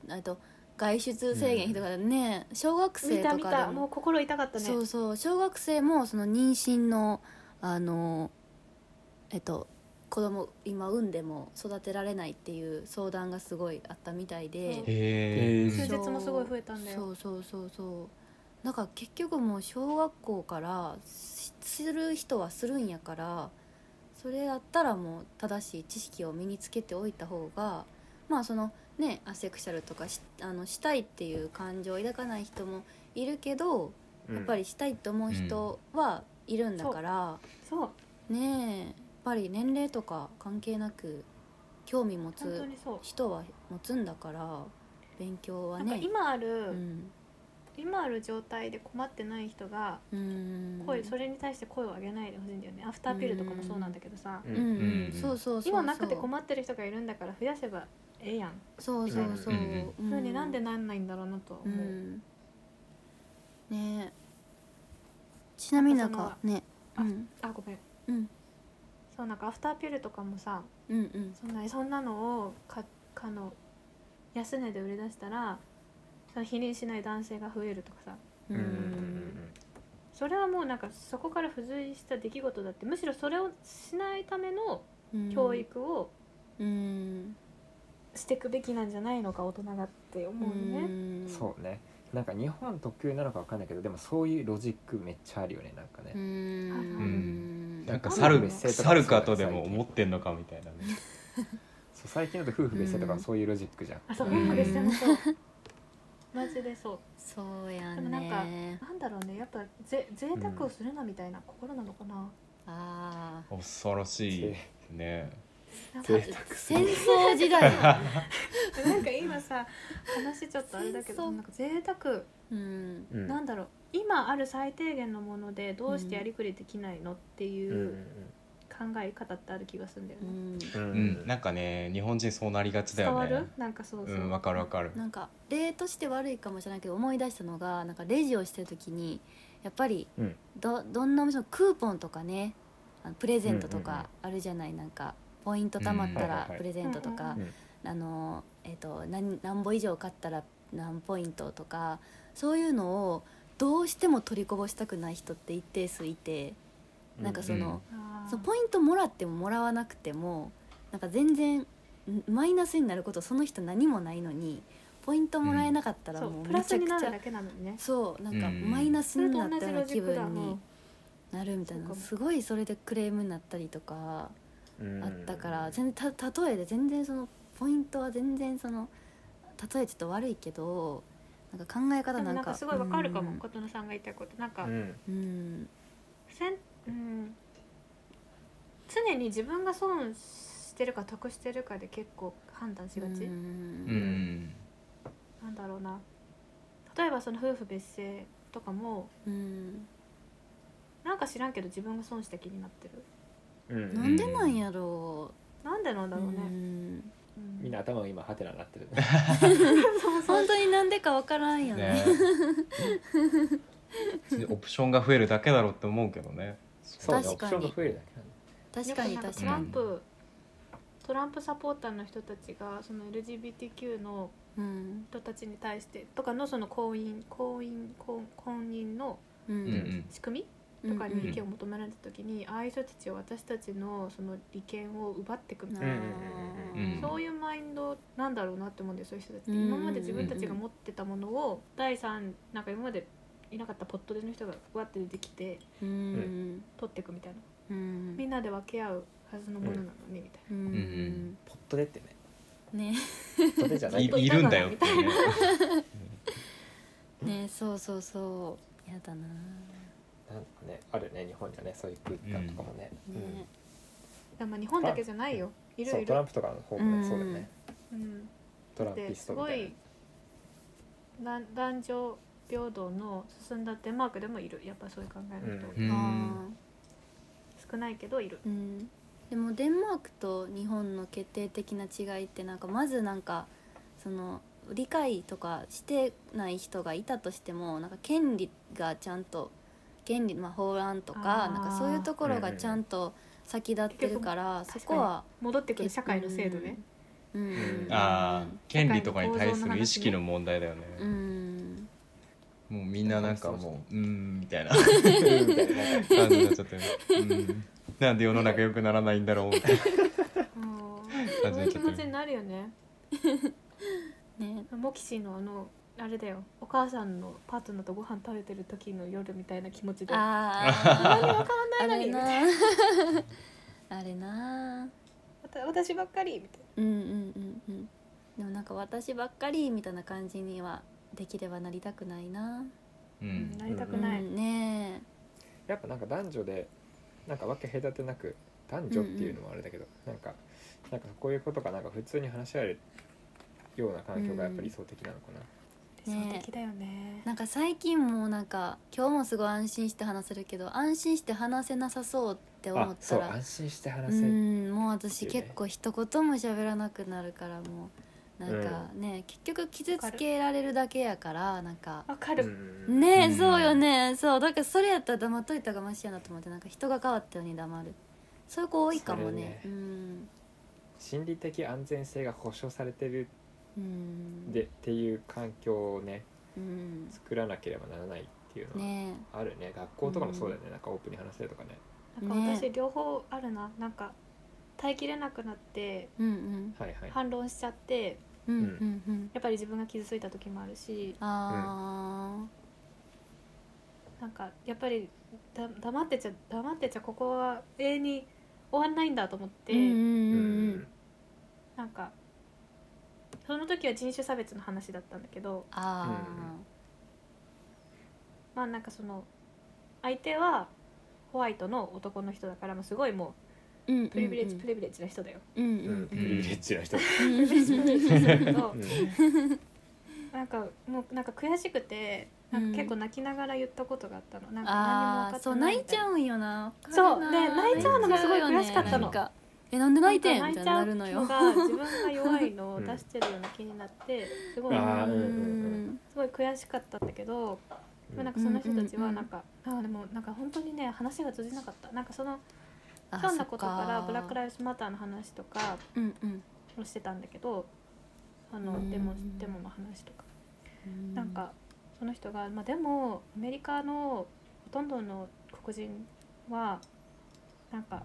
[SPEAKER 3] たえっと外出制限ひどかった、ねえ小学生と
[SPEAKER 4] 見た
[SPEAKER 3] か
[SPEAKER 4] 見
[SPEAKER 3] で
[SPEAKER 4] た
[SPEAKER 3] も
[SPEAKER 4] もう心痛かったね
[SPEAKER 3] そうそう小学生もその妊娠のあのえっと子供今産んでも育てられないっていう相談がすごいあったみたいで
[SPEAKER 4] う
[SPEAKER 2] へ
[SPEAKER 1] ん
[SPEAKER 2] ー
[SPEAKER 4] 休日もすごい増えたんだよ
[SPEAKER 3] そうそうそうそうだから結局もう小学校からしする人はするんやからそれやったらもう正しい知識を身につけておいた方がまあそのねアセクシャルとかしあのしたいっていう感情を抱かない人もいるけど
[SPEAKER 1] うん
[SPEAKER 3] やっぱりしたいと思う人はいるんだから、
[SPEAKER 4] そう
[SPEAKER 3] ねえやっぱり年齢とか関係なく興味持
[SPEAKER 4] 本当
[SPEAKER 3] つ
[SPEAKER 4] にそう
[SPEAKER 3] 人は持つんだから勉強は
[SPEAKER 4] なんか
[SPEAKER 3] ね
[SPEAKER 4] 今ある、
[SPEAKER 3] うん
[SPEAKER 4] 今ある状態で困ってない人が
[SPEAKER 3] うん
[SPEAKER 4] 声、それに対して声を上げないでほしいんだよねアフターピルとかもそうなんだけどさ、
[SPEAKER 1] うん
[SPEAKER 3] うんうん
[SPEAKER 2] うん
[SPEAKER 3] そうそうそうそう
[SPEAKER 4] 今なくて困ってる人がいるんだから増やせばええやん、
[SPEAKER 3] そうそうそう、
[SPEAKER 2] うんうん
[SPEAKER 3] う
[SPEAKER 4] そうになんでなんないんだろうなとは
[SPEAKER 3] う
[SPEAKER 4] 思う、
[SPEAKER 3] んねえちなみになんかねう
[SPEAKER 4] あ
[SPEAKER 3] ん
[SPEAKER 4] あごめん
[SPEAKER 3] うん
[SPEAKER 4] そうなんかアフターピルとかもさ
[SPEAKER 3] うんうん
[SPEAKER 4] そんなそんなのをかかの安値で売り出したらその否認しない男性が増えるとかさ
[SPEAKER 1] う
[SPEAKER 3] うん
[SPEAKER 1] うんうん
[SPEAKER 3] ん
[SPEAKER 4] それはもうなんかそこから付随した出来事だってむしろそれをしないための
[SPEAKER 3] うん
[SPEAKER 4] 教育を
[SPEAKER 3] うん
[SPEAKER 4] していくべきなんじゃないのか大人がって思うよね。
[SPEAKER 1] うん
[SPEAKER 3] ね
[SPEAKER 1] そうねなんか日本特有なのかわかんないけどでもそういうロジックめっちゃあるよねなんかね、
[SPEAKER 3] うんん
[SPEAKER 2] なんか
[SPEAKER 4] 猿
[SPEAKER 2] 猿猿かとでも思ってんのかみたいなね
[SPEAKER 1] そう最近だと夫婦別姓とか
[SPEAKER 3] うん
[SPEAKER 1] そういうロジックじゃん、
[SPEAKER 4] あそう
[SPEAKER 2] うん
[SPEAKER 4] 夫婦別姓もそうマジでそう
[SPEAKER 3] そうや
[SPEAKER 4] でもなんか
[SPEAKER 3] ね
[SPEAKER 4] なんだろうねやっぱぜ贅沢をするなみたいな心なのかな,、
[SPEAKER 3] ああ
[SPEAKER 2] 恐ろしいね
[SPEAKER 4] なんか
[SPEAKER 1] 贅沢す
[SPEAKER 3] 戦
[SPEAKER 1] る
[SPEAKER 3] 争時代
[SPEAKER 4] なんか今さ話ちょっとあれだけ
[SPEAKER 3] 戦
[SPEAKER 4] ど
[SPEAKER 3] 争
[SPEAKER 4] なんか贅沢、
[SPEAKER 3] うん
[SPEAKER 1] うん
[SPEAKER 4] なんだろう今ある最低限のものでどうしてやりくりできないのって
[SPEAKER 1] うん
[SPEAKER 4] いう考え方ってある気がするんだよ
[SPEAKER 3] う
[SPEAKER 4] ね、
[SPEAKER 1] うん
[SPEAKER 3] ん
[SPEAKER 2] う
[SPEAKER 1] うんん
[SPEAKER 2] なんかね日本人そうなりがちだ
[SPEAKER 4] 伝
[SPEAKER 2] よ
[SPEAKER 4] わ
[SPEAKER 2] ね
[SPEAKER 4] るなんかそうそうう、
[SPEAKER 2] んわかるわかる
[SPEAKER 3] なんか例として悪いかもしれないけど思い出したのがなんかレジをしてる時にやっぱり
[SPEAKER 1] うん
[SPEAKER 3] どどんなお店もクーポンとかねあのプレゼントと
[SPEAKER 1] うんうんうん
[SPEAKER 3] かあるじゃない、なんかポイント貯まった
[SPEAKER 1] うんはいはい
[SPEAKER 3] ら
[SPEAKER 1] はい
[SPEAKER 3] プレゼントとか、
[SPEAKER 1] うんうん
[SPEAKER 3] あのえっ、と何何本以上買ったら何ポイントとかそういうのをどうしても取りこぼしたくない人って一定数いてなんかその、
[SPEAKER 4] あー
[SPEAKER 3] そのポイントもらってももらわなくてもなんか全然んマイナスになることその人何もないのにポイントもらえなかったら
[SPEAKER 4] そ
[SPEAKER 3] も
[SPEAKER 4] う
[SPEAKER 3] う
[SPEAKER 4] プ
[SPEAKER 3] め
[SPEAKER 4] ラ
[SPEAKER 3] ち
[SPEAKER 4] ス
[SPEAKER 3] ゃ
[SPEAKER 4] に
[SPEAKER 3] く
[SPEAKER 4] な
[SPEAKER 3] ち
[SPEAKER 4] る
[SPEAKER 3] ゃ
[SPEAKER 4] だけなのにね
[SPEAKER 3] そうなんか
[SPEAKER 2] うん
[SPEAKER 3] マイナ
[SPEAKER 4] そ
[SPEAKER 3] ス
[SPEAKER 4] れ
[SPEAKER 3] に
[SPEAKER 4] と
[SPEAKER 3] な
[SPEAKER 4] 同
[SPEAKER 3] った
[SPEAKER 4] じ
[SPEAKER 3] ような
[SPEAKER 4] ロジ
[SPEAKER 3] 気
[SPEAKER 4] ックだ
[SPEAKER 3] 分
[SPEAKER 4] も
[SPEAKER 3] に
[SPEAKER 4] ん
[SPEAKER 3] なるみたい
[SPEAKER 4] そう
[SPEAKER 3] な
[SPEAKER 4] かも
[SPEAKER 3] すごいそれでクレームになったりとか
[SPEAKER 1] うん
[SPEAKER 3] あったから全然た例えで全然そのポイントは全然その例えちょっと悪いけどなんか考え
[SPEAKER 4] で
[SPEAKER 3] 方
[SPEAKER 4] も
[SPEAKER 3] なん
[SPEAKER 4] な
[SPEAKER 3] か
[SPEAKER 4] んかすごいわかるか
[SPEAKER 3] う
[SPEAKER 4] も
[SPEAKER 3] ん
[SPEAKER 4] 琴乃さんが言ったことなんか、
[SPEAKER 1] うん
[SPEAKER 3] うん
[SPEAKER 4] せんうん、常に自分が損してるか得してるかで結構判断しがち、
[SPEAKER 2] う
[SPEAKER 3] うん
[SPEAKER 2] ん
[SPEAKER 4] なんだろうな例えばその夫婦別姓とかも
[SPEAKER 3] うん
[SPEAKER 4] なんか知らんけど自分が損した気になって
[SPEAKER 1] う
[SPEAKER 4] る
[SPEAKER 1] ん
[SPEAKER 3] なんでなんやろ
[SPEAKER 4] なんでなん
[SPEAKER 3] う
[SPEAKER 4] だろう
[SPEAKER 3] ん
[SPEAKER 4] ね、うん
[SPEAKER 1] みんな頭が今ハテナになってる
[SPEAKER 4] そうそう
[SPEAKER 3] 本当になんでかわからんよね
[SPEAKER 2] ね [laughs] オプションが増えるだけだろうって思うけどね
[SPEAKER 1] そうね
[SPEAKER 3] 確
[SPEAKER 1] オプ
[SPEAKER 3] か
[SPEAKER 1] シ
[SPEAKER 3] に
[SPEAKER 1] ョンが増えるだけなんだ
[SPEAKER 3] 確かに
[SPEAKER 4] よくなん
[SPEAKER 3] 確
[SPEAKER 4] ト
[SPEAKER 3] か
[SPEAKER 4] ラ
[SPEAKER 3] に
[SPEAKER 4] ンプトランプサポーターの人たちがその LGBTQ の
[SPEAKER 3] うん
[SPEAKER 4] 人たちに対してとかのその婚姻婚姻婚婚姻の
[SPEAKER 3] う
[SPEAKER 2] うんんうん
[SPEAKER 4] 仕組み
[SPEAKER 3] うん
[SPEAKER 4] とか
[SPEAKER 3] うん
[SPEAKER 4] に意見を求められた時に、ああいう人たちを私たちのその利権を奪っていくみたいな、
[SPEAKER 1] うん
[SPEAKER 2] うんうんうん
[SPEAKER 4] そういうマインドなんだろうなって思うんですよそういう人たちって、
[SPEAKER 3] うん
[SPEAKER 4] 今まで自分たちが持ってたものを第三なんか今までいなかったポットでの人がわって出てきて
[SPEAKER 3] うん
[SPEAKER 4] 取っていくみたいな
[SPEAKER 3] うん
[SPEAKER 4] みんなで分け合うはずのものなのにみたい
[SPEAKER 3] うんん
[SPEAKER 1] ポットでってね
[SPEAKER 3] ね
[SPEAKER 1] ポットでじゃない
[SPEAKER 2] い
[SPEAKER 1] けど
[SPEAKER 4] い
[SPEAKER 2] いるんだよっていうね
[SPEAKER 3] ねそうそうそうやだな
[SPEAKER 1] なんかねあるね日本にはねそういう空気感とかもね,、うん
[SPEAKER 3] ね
[SPEAKER 4] な、まあ、日本だけじゃないよい
[SPEAKER 1] そ
[SPEAKER 4] ろ
[SPEAKER 1] う
[SPEAKER 4] い
[SPEAKER 1] トラン
[SPEAKER 4] ろ、
[SPEAKER 1] プとかの方もね、
[SPEAKER 3] うん
[SPEAKER 1] そうだよね
[SPEAKER 4] うん、
[SPEAKER 1] トラン
[SPEAKER 4] で
[SPEAKER 1] ピス
[SPEAKER 4] す
[SPEAKER 1] トみ
[SPEAKER 4] ご
[SPEAKER 1] たいない
[SPEAKER 4] な男女平等の進んだデンマークでもいるやっぱそういう考えの人、
[SPEAKER 1] うん
[SPEAKER 2] [laughs] うん
[SPEAKER 3] あ
[SPEAKER 4] 少ないけどいる
[SPEAKER 3] ーうんでもデンマークと日本の決定的な違いってなんかまずなんかその理解とかしてない人がいたとしてもなんか権利がちゃんと権利、まあ、法案とか
[SPEAKER 4] あー
[SPEAKER 3] なんかそういうところがちゃんと先立ってるから
[SPEAKER 4] 結
[SPEAKER 3] そ
[SPEAKER 4] 局
[SPEAKER 3] こは
[SPEAKER 4] 戻ってくる社会の制度ね、
[SPEAKER 3] うん。うん
[SPEAKER 2] あー権利とかに対する意識の問題だよね、
[SPEAKER 3] うん。
[SPEAKER 2] もうみんななんかもううーんみたいな
[SPEAKER 1] [laughs] うんみたいななんか
[SPEAKER 2] 感じになっちゃってる、うん、なんで世の中良くならないんだろうみたいな
[SPEAKER 4] う
[SPEAKER 2] 感じ
[SPEAKER 4] んそ
[SPEAKER 2] に
[SPEAKER 4] う
[SPEAKER 2] なっ
[SPEAKER 4] い
[SPEAKER 2] ち
[SPEAKER 4] う気
[SPEAKER 2] ゃって
[SPEAKER 4] 持
[SPEAKER 2] る
[SPEAKER 4] ちになるよね
[SPEAKER 3] ね。
[SPEAKER 4] モキシーのあのあれだよお母さんのパートナーとご飯食べてる時の夜みたいな気持ちであ
[SPEAKER 3] [laughs] あ
[SPEAKER 4] 何
[SPEAKER 3] あ。
[SPEAKER 4] わから
[SPEAKER 3] あ
[SPEAKER 4] な
[SPEAKER 3] れ
[SPEAKER 4] いのにみ
[SPEAKER 3] な
[SPEAKER 4] たいな。
[SPEAKER 3] [laughs] あれな。
[SPEAKER 4] わた私ばっかりみたいな
[SPEAKER 3] うんうんうんうん。でもなんか私ばっかりみたいな感じにはできればなりたくないな。
[SPEAKER 2] う
[SPEAKER 4] うん
[SPEAKER 2] ん
[SPEAKER 4] なりたくない、
[SPEAKER 3] うんね
[SPEAKER 1] やっぱなんか男女でなんか分け隔てなく男女っていうのもあれだけど、なんかなんかこういうことがなんか普通に話し合えるような環境がやっぱり理想的なのかな、
[SPEAKER 4] 理想的だよ
[SPEAKER 3] え。
[SPEAKER 4] ね
[SPEAKER 3] なんか最近もうなんか今日もすごい安心して話せるけど安心して話せなさそうって思
[SPEAKER 1] あ
[SPEAKER 3] っ
[SPEAKER 1] そ
[SPEAKER 3] た
[SPEAKER 1] う
[SPEAKER 3] ら
[SPEAKER 1] 安心して話
[SPEAKER 3] う
[SPEAKER 1] せる、
[SPEAKER 3] んもう私
[SPEAKER 1] っていうね
[SPEAKER 3] 結構一言も喋らなくなるからもうなんかね、結局傷つけられるだけやからなんか
[SPEAKER 4] わか
[SPEAKER 1] う
[SPEAKER 4] る、
[SPEAKER 1] ん
[SPEAKER 3] ねえ、
[SPEAKER 2] うん
[SPEAKER 3] そうよねそうだからそれやったら黙っといた方がマシやなと思ってなんか人が変わったように黙るそういう子多いかもね
[SPEAKER 1] それ
[SPEAKER 3] うん
[SPEAKER 1] 心理的安全性が保障されてる
[SPEAKER 3] うん
[SPEAKER 1] でっていう環境をね
[SPEAKER 3] うん
[SPEAKER 1] 作らなければならないっていうのは
[SPEAKER 3] ね
[SPEAKER 1] あるね学校とかもそうだよね、なんかオープンに話せるとかね
[SPEAKER 4] なんか
[SPEAKER 3] ね
[SPEAKER 4] 私両方あるな、なんか耐えきれなくなって
[SPEAKER 3] えうん
[SPEAKER 1] はいはい、
[SPEAKER 4] 反論しちゃって
[SPEAKER 3] うんうんうんうん
[SPEAKER 4] やっぱり自分が傷ついた時もあるし
[SPEAKER 3] あ
[SPEAKER 4] なんかやっぱりだ黙ってちゃ黙ってちゃここは永遠に終わんないんだと思って、
[SPEAKER 3] ーうんうん
[SPEAKER 1] う
[SPEAKER 3] うん
[SPEAKER 1] ん
[SPEAKER 4] なんかその時は人種差別の話だったんだけど
[SPEAKER 3] あ
[SPEAKER 4] まあなんかその相手はホワイトの男の人だからもうすごいも
[SPEAKER 3] ーうんうんうん
[SPEAKER 4] うプリビレッジ、プリビレッジな人だ [laughs] よ。
[SPEAKER 3] うん
[SPEAKER 1] う
[SPEAKER 3] うんん
[SPEAKER 1] プ
[SPEAKER 3] う
[SPEAKER 1] リ
[SPEAKER 3] ん
[SPEAKER 1] ビレッジな人、
[SPEAKER 4] プリビレッジプリビレッジなんだけ [laughs] ど
[SPEAKER 1] うん
[SPEAKER 4] なんかもうなんか悔しくてなんか結構泣きながら言ったことがあったの、なんか何も
[SPEAKER 3] あ
[SPEAKER 4] 分か
[SPEAKER 3] あ
[SPEAKER 4] っ
[SPEAKER 3] そう
[SPEAKER 4] てない
[SPEAKER 3] 泣
[SPEAKER 4] み
[SPEAKER 3] いち
[SPEAKER 4] たいな
[SPEAKER 3] ゃうんよな
[SPEAKER 4] そう
[SPEAKER 3] わかるな
[SPEAKER 4] で泣いちゃうのがすごい悔しかったの
[SPEAKER 3] 泣いちゃうよねなんかえなんで泣いてん
[SPEAKER 4] なん
[SPEAKER 3] み
[SPEAKER 4] か
[SPEAKER 3] た
[SPEAKER 4] 泣
[SPEAKER 3] い
[SPEAKER 4] い
[SPEAKER 3] に
[SPEAKER 4] ちゃ
[SPEAKER 3] な
[SPEAKER 4] う
[SPEAKER 3] るのよ
[SPEAKER 4] 気が自分が弱いのを出してるような気になってすごい
[SPEAKER 1] あーうんうん
[SPEAKER 4] すごい悔しかったんだけど、でもなんかその人たちはなんか、あーでもなんか本当にね話が通じなかったなんかその
[SPEAKER 3] あ
[SPEAKER 4] ひょんなことから
[SPEAKER 3] そっ
[SPEAKER 4] ブラック・ライブズ・マターの話とか
[SPEAKER 3] うんうん
[SPEAKER 4] をしてたんだけどあの
[SPEAKER 3] うん
[SPEAKER 4] デモデモの話とか、
[SPEAKER 3] うん
[SPEAKER 4] なんかその人が、まあ、でもアメリカのほとんどの黒人はなんか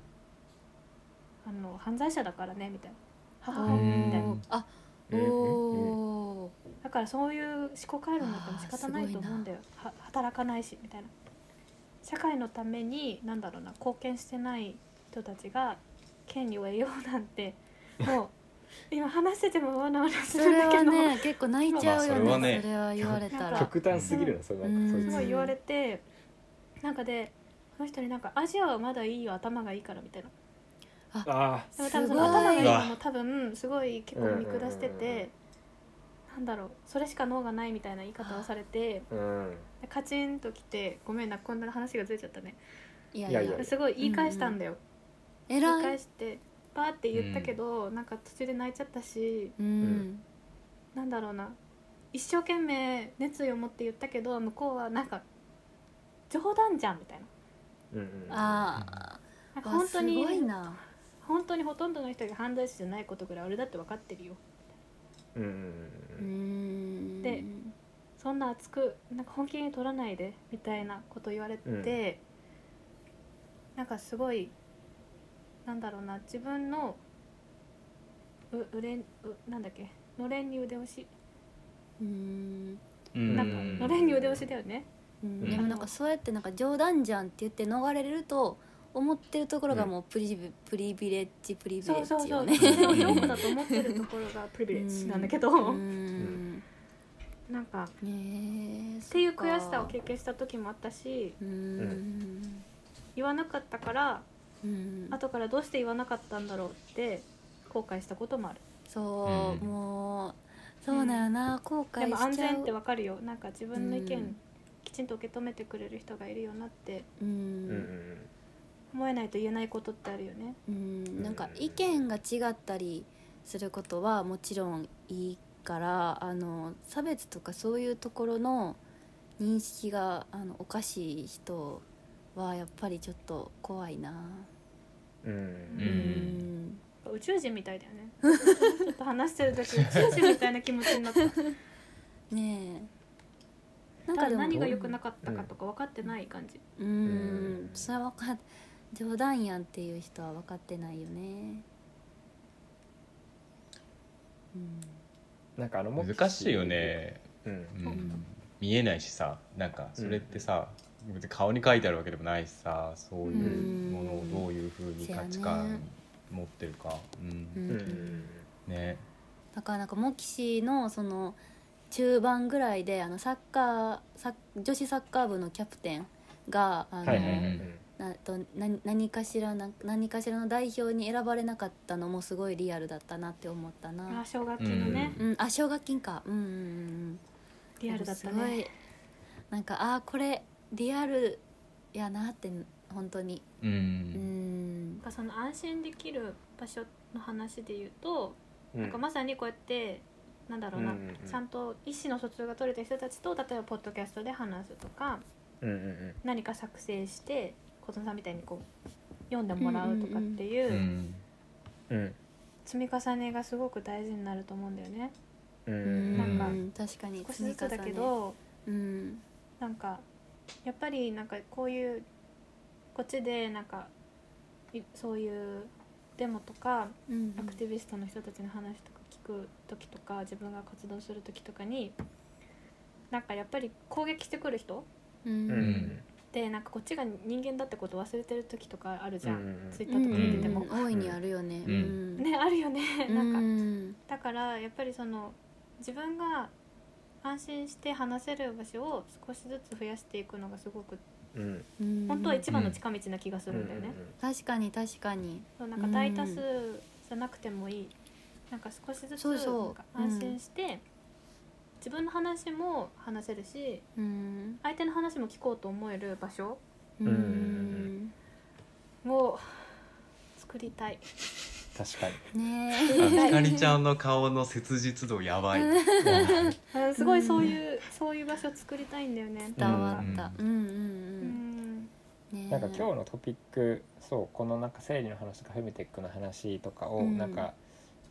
[SPEAKER 4] あの犯罪者だからねみたいな母
[SPEAKER 3] あ
[SPEAKER 4] 親みたいな
[SPEAKER 3] ーあ
[SPEAKER 1] うん
[SPEAKER 3] おー
[SPEAKER 4] だからそういう思考回路になっても仕方ないと思うんだよは働かないしみたいな社会のためになんだろうな貢献してない人たちが権利を得ようなんてもう今話しててもわなわなす
[SPEAKER 3] そ
[SPEAKER 4] るん
[SPEAKER 3] れ
[SPEAKER 4] だけ
[SPEAKER 3] は
[SPEAKER 4] ど、
[SPEAKER 3] ね結構泣いちゃうよ
[SPEAKER 2] ま
[SPEAKER 3] ね
[SPEAKER 2] あそれはね
[SPEAKER 3] それは言われたら
[SPEAKER 1] 極端すぎるなそれなんかそい
[SPEAKER 3] う
[SPEAKER 1] つ
[SPEAKER 3] ん
[SPEAKER 4] すごい言われてなんかでこの人になんか「アジアはまだいいよ頭がいいから」みたいな
[SPEAKER 1] あ
[SPEAKER 4] でも多分その
[SPEAKER 3] すごい
[SPEAKER 4] 頭がいいのも多分すごい結構見下して
[SPEAKER 1] うんうんうんう
[SPEAKER 4] てなんだろうそれしか脳がないみたいな言い方をされて
[SPEAKER 1] あうん
[SPEAKER 4] でカチンときて「ごめんなこんな話がずれちゃったね」
[SPEAKER 3] いや
[SPEAKER 1] いやいや
[SPEAKER 4] すごい言い返したんだよ、
[SPEAKER 3] え
[SPEAKER 4] 言い
[SPEAKER 3] ら
[SPEAKER 4] 返
[SPEAKER 3] い
[SPEAKER 4] してバーって言ったけど、なんか途中で泣いちゃったし
[SPEAKER 3] うん
[SPEAKER 4] なんだろうな一生懸命熱意を持って言ったけど向こうはなんか冗談じゃんみたいな
[SPEAKER 1] うんうん
[SPEAKER 3] あ
[SPEAKER 4] な
[SPEAKER 3] あ
[SPEAKER 4] んか本当に
[SPEAKER 3] すごいな
[SPEAKER 4] 本当にほとんどの人が犯罪者じゃないことぐらい俺だって分かってるよ
[SPEAKER 1] うんうん
[SPEAKER 3] うーん
[SPEAKER 4] でそんな熱くなんか本気に取らないでみたいなこと言われて、なんかすごいなんだろうな自分のううれんうなんだっけのれんに腕押し
[SPEAKER 3] うーん
[SPEAKER 2] うん
[SPEAKER 4] なんか
[SPEAKER 1] うん
[SPEAKER 4] のれんに腕押しだよね、
[SPEAKER 3] うんでもなんかそうやってなんか冗談じゃんって言って逃れると思ってるところがもうプリビプリビレッジプリビレ
[SPEAKER 4] そうそ
[SPEAKER 3] ッ
[SPEAKER 4] う
[SPEAKER 3] ジ
[SPEAKER 4] そ
[SPEAKER 3] よ
[SPEAKER 4] う
[SPEAKER 3] ね
[SPEAKER 4] 自 [laughs] 分を良子だと思ってるところがプリビレッジなんだけ [laughs] ど、
[SPEAKER 3] うーん
[SPEAKER 4] なんかっ
[SPEAKER 3] ねえって
[SPEAKER 4] いう悔しさを経験した時もあったし
[SPEAKER 3] うーん
[SPEAKER 4] 言わなかったから
[SPEAKER 3] うん
[SPEAKER 4] 後からどうして言わなかったんだろうって後悔したこともある
[SPEAKER 3] そ
[SPEAKER 2] う
[SPEAKER 3] う
[SPEAKER 2] ん
[SPEAKER 3] もうそうだよな後
[SPEAKER 4] で
[SPEAKER 3] 悔
[SPEAKER 4] も安
[SPEAKER 3] しちゃ
[SPEAKER 4] 全って
[SPEAKER 3] う
[SPEAKER 4] わかるよなんか自分の意
[SPEAKER 3] う
[SPEAKER 4] 見
[SPEAKER 3] ん
[SPEAKER 4] きちんと受け止めてくれる人がいるよなって
[SPEAKER 3] う
[SPEAKER 1] うんうんうんん
[SPEAKER 4] 思えないと言えないことってあるよね
[SPEAKER 3] うんなんか意見が違ったりすることはもちろんいいからあの差別とかそういうところの認識があのおかしい人はやっぱりちょっと怖いな
[SPEAKER 1] うんう
[SPEAKER 3] う
[SPEAKER 1] ん
[SPEAKER 2] うん
[SPEAKER 3] ん
[SPEAKER 4] 宇宙人みたいだよ
[SPEAKER 3] [laughs]
[SPEAKER 4] ねちょっと話してる時宇宙人みたいな気持ちにな
[SPEAKER 3] [laughs]
[SPEAKER 4] った
[SPEAKER 3] ねえなんか
[SPEAKER 4] ただ
[SPEAKER 3] でも
[SPEAKER 4] 何が良くなかったかとか分かってない感じ
[SPEAKER 3] う
[SPEAKER 1] うん
[SPEAKER 3] んそれは分かっ冗談やんっていう人は分かってないよねうん
[SPEAKER 1] なんかあのモッキー
[SPEAKER 2] 難しいよね、
[SPEAKER 1] うん
[SPEAKER 2] うん
[SPEAKER 3] ん
[SPEAKER 2] 見えないしさなんかそれってさ、別に顔に書いてあるわけでもないしさそういうものをどういうふうに価値観持ってるか、うん
[SPEAKER 3] うん
[SPEAKER 1] うんうん
[SPEAKER 2] ね
[SPEAKER 3] だからなんかモキシーのその中盤ぐらいであのサッカーサッ女子サッカー部のキャプテンがあの、
[SPEAKER 1] はいはいはい
[SPEAKER 3] なとな何かしらな何かしらの代表に選ばれなかったのもすごいリアルだったなって思った
[SPEAKER 4] ああ
[SPEAKER 3] な。
[SPEAKER 4] 奨学金のね、
[SPEAKER 3] うん、あ奨学金か、うんうんうんうん、
[SPEAKER 4] リアルだった
[SPEAKER 3] すご
[SPEAKER 4] ね
[SPEAKER 3] いなんかああこれリアルやなって本当に
[SPEAKER 2] うん、
[SPEAKER 3] うん
[SPEAKER 4] なんかその安心できる場所の話で言うと、
[SPEAKER 1] うん
[SPEAKER 4] なんかまさにこうやってなんだろうな、
[SPEAKER 1] うんうんうん
[SPEAKER 4] ちゃんと意思の疎通が取れた人たちと例えばポッドキャストで話すとか
[SPEAKER 1] うんうんうん
[SPEAKER 4] 何か作成して琴乃さんみたいにこう読んでもらうとかっていううん
[SPEAKER 1] うん
[SPEAKER 4] 積み重ねがすごく大事になると思うんだよね。
[SPEAKER 1] う
[SPEAKER 3] うん
[SPEAKER 1] ん
[SPEAKER 4] なんか
[SPEAKER 3] 確かに
[SPEAKER 4] 少しずつだけど、
[SPEAKER 3] うん
[SPEAKER 4] なんかやっぱりなんかこういうこっちでなんかいそういうデモとか
[SPEAKER 3] うん
[SPEAKER 4] アクティビストの人たちの話とか聞く時とか自分が活動する時とかになんかやっぱり攻撃してくる人
[SPEAKER 3] うん
[SPEAKER 1] う
[SPEAKER 3] うん
[SPEAKER 1] ん
[SPEAKER 4] でなんかこっちが人間だってこと忘れてる時とかあるじゃん、
[SPEAKER 1] うん
[SPEAKER 4] ツイッターとか見てても、
[SPEAKER 3] 大いにあるよね
[SPEAKER 2] うん
[SPEAKER 3] うん
[SPEAKER 4] ねあるよね、
[SPEAKER 3] う
[SPEAKER 4] なんか
[SPEAKER 3] ん
[SPEAKER 4] だからやっぱりその自分が安心して話せる場所を少しずつ増やしていくのがすごく
[SPEAKER 1] うん
[SPEAKER 3] うん
[SPEAKER 4] 本当は一番の近道な気がするんだよね、
[SPEAKER 3] 確かに確かに
[SPEAKER 4] そうなんか大多数じゃなくてもいい、なんか少しずつ
[SPEAKER 3] そうそう
[SPEAKER 4] なんか安心して、自分の話も話せるし
[SPEAKER 3] うん
[SPEAKER 4] 相手の話も聞こうと思える場所
[SPEAKER 3] うん
[SPEAKER 1] うん
[SPEAKER 4] を作りたい
[SPEAKER 1] 確かに
[SPEAKER 3] ね
[SPEAKER 2] あ
[SPEAKER 3] え
[SPEAKER 2] ひかりちゃんの顔の切実度やばい。
[SPEAKER 1] [laughs]
[SPEAKER 4] あすごいそういう、そういう場所作りたいんだよね
[SPEAKER 3] 伝
[SPEAKER 4] なん
[SPEAKER 3] わ
[SPEAKER 4] か
[SPEAKER 3] ったうんうん
[SPEAKER 4] う
[SPEAKER 3] うん
[SPEAKER 4] ん
[SPEAKER 3] ねえ
[SPEAKER 1] なんか今日のトピックそうこのなんか生理の話とかフェムテックの話とかを
[SPEAKER 3] うん
[SPEAKER 1] なんか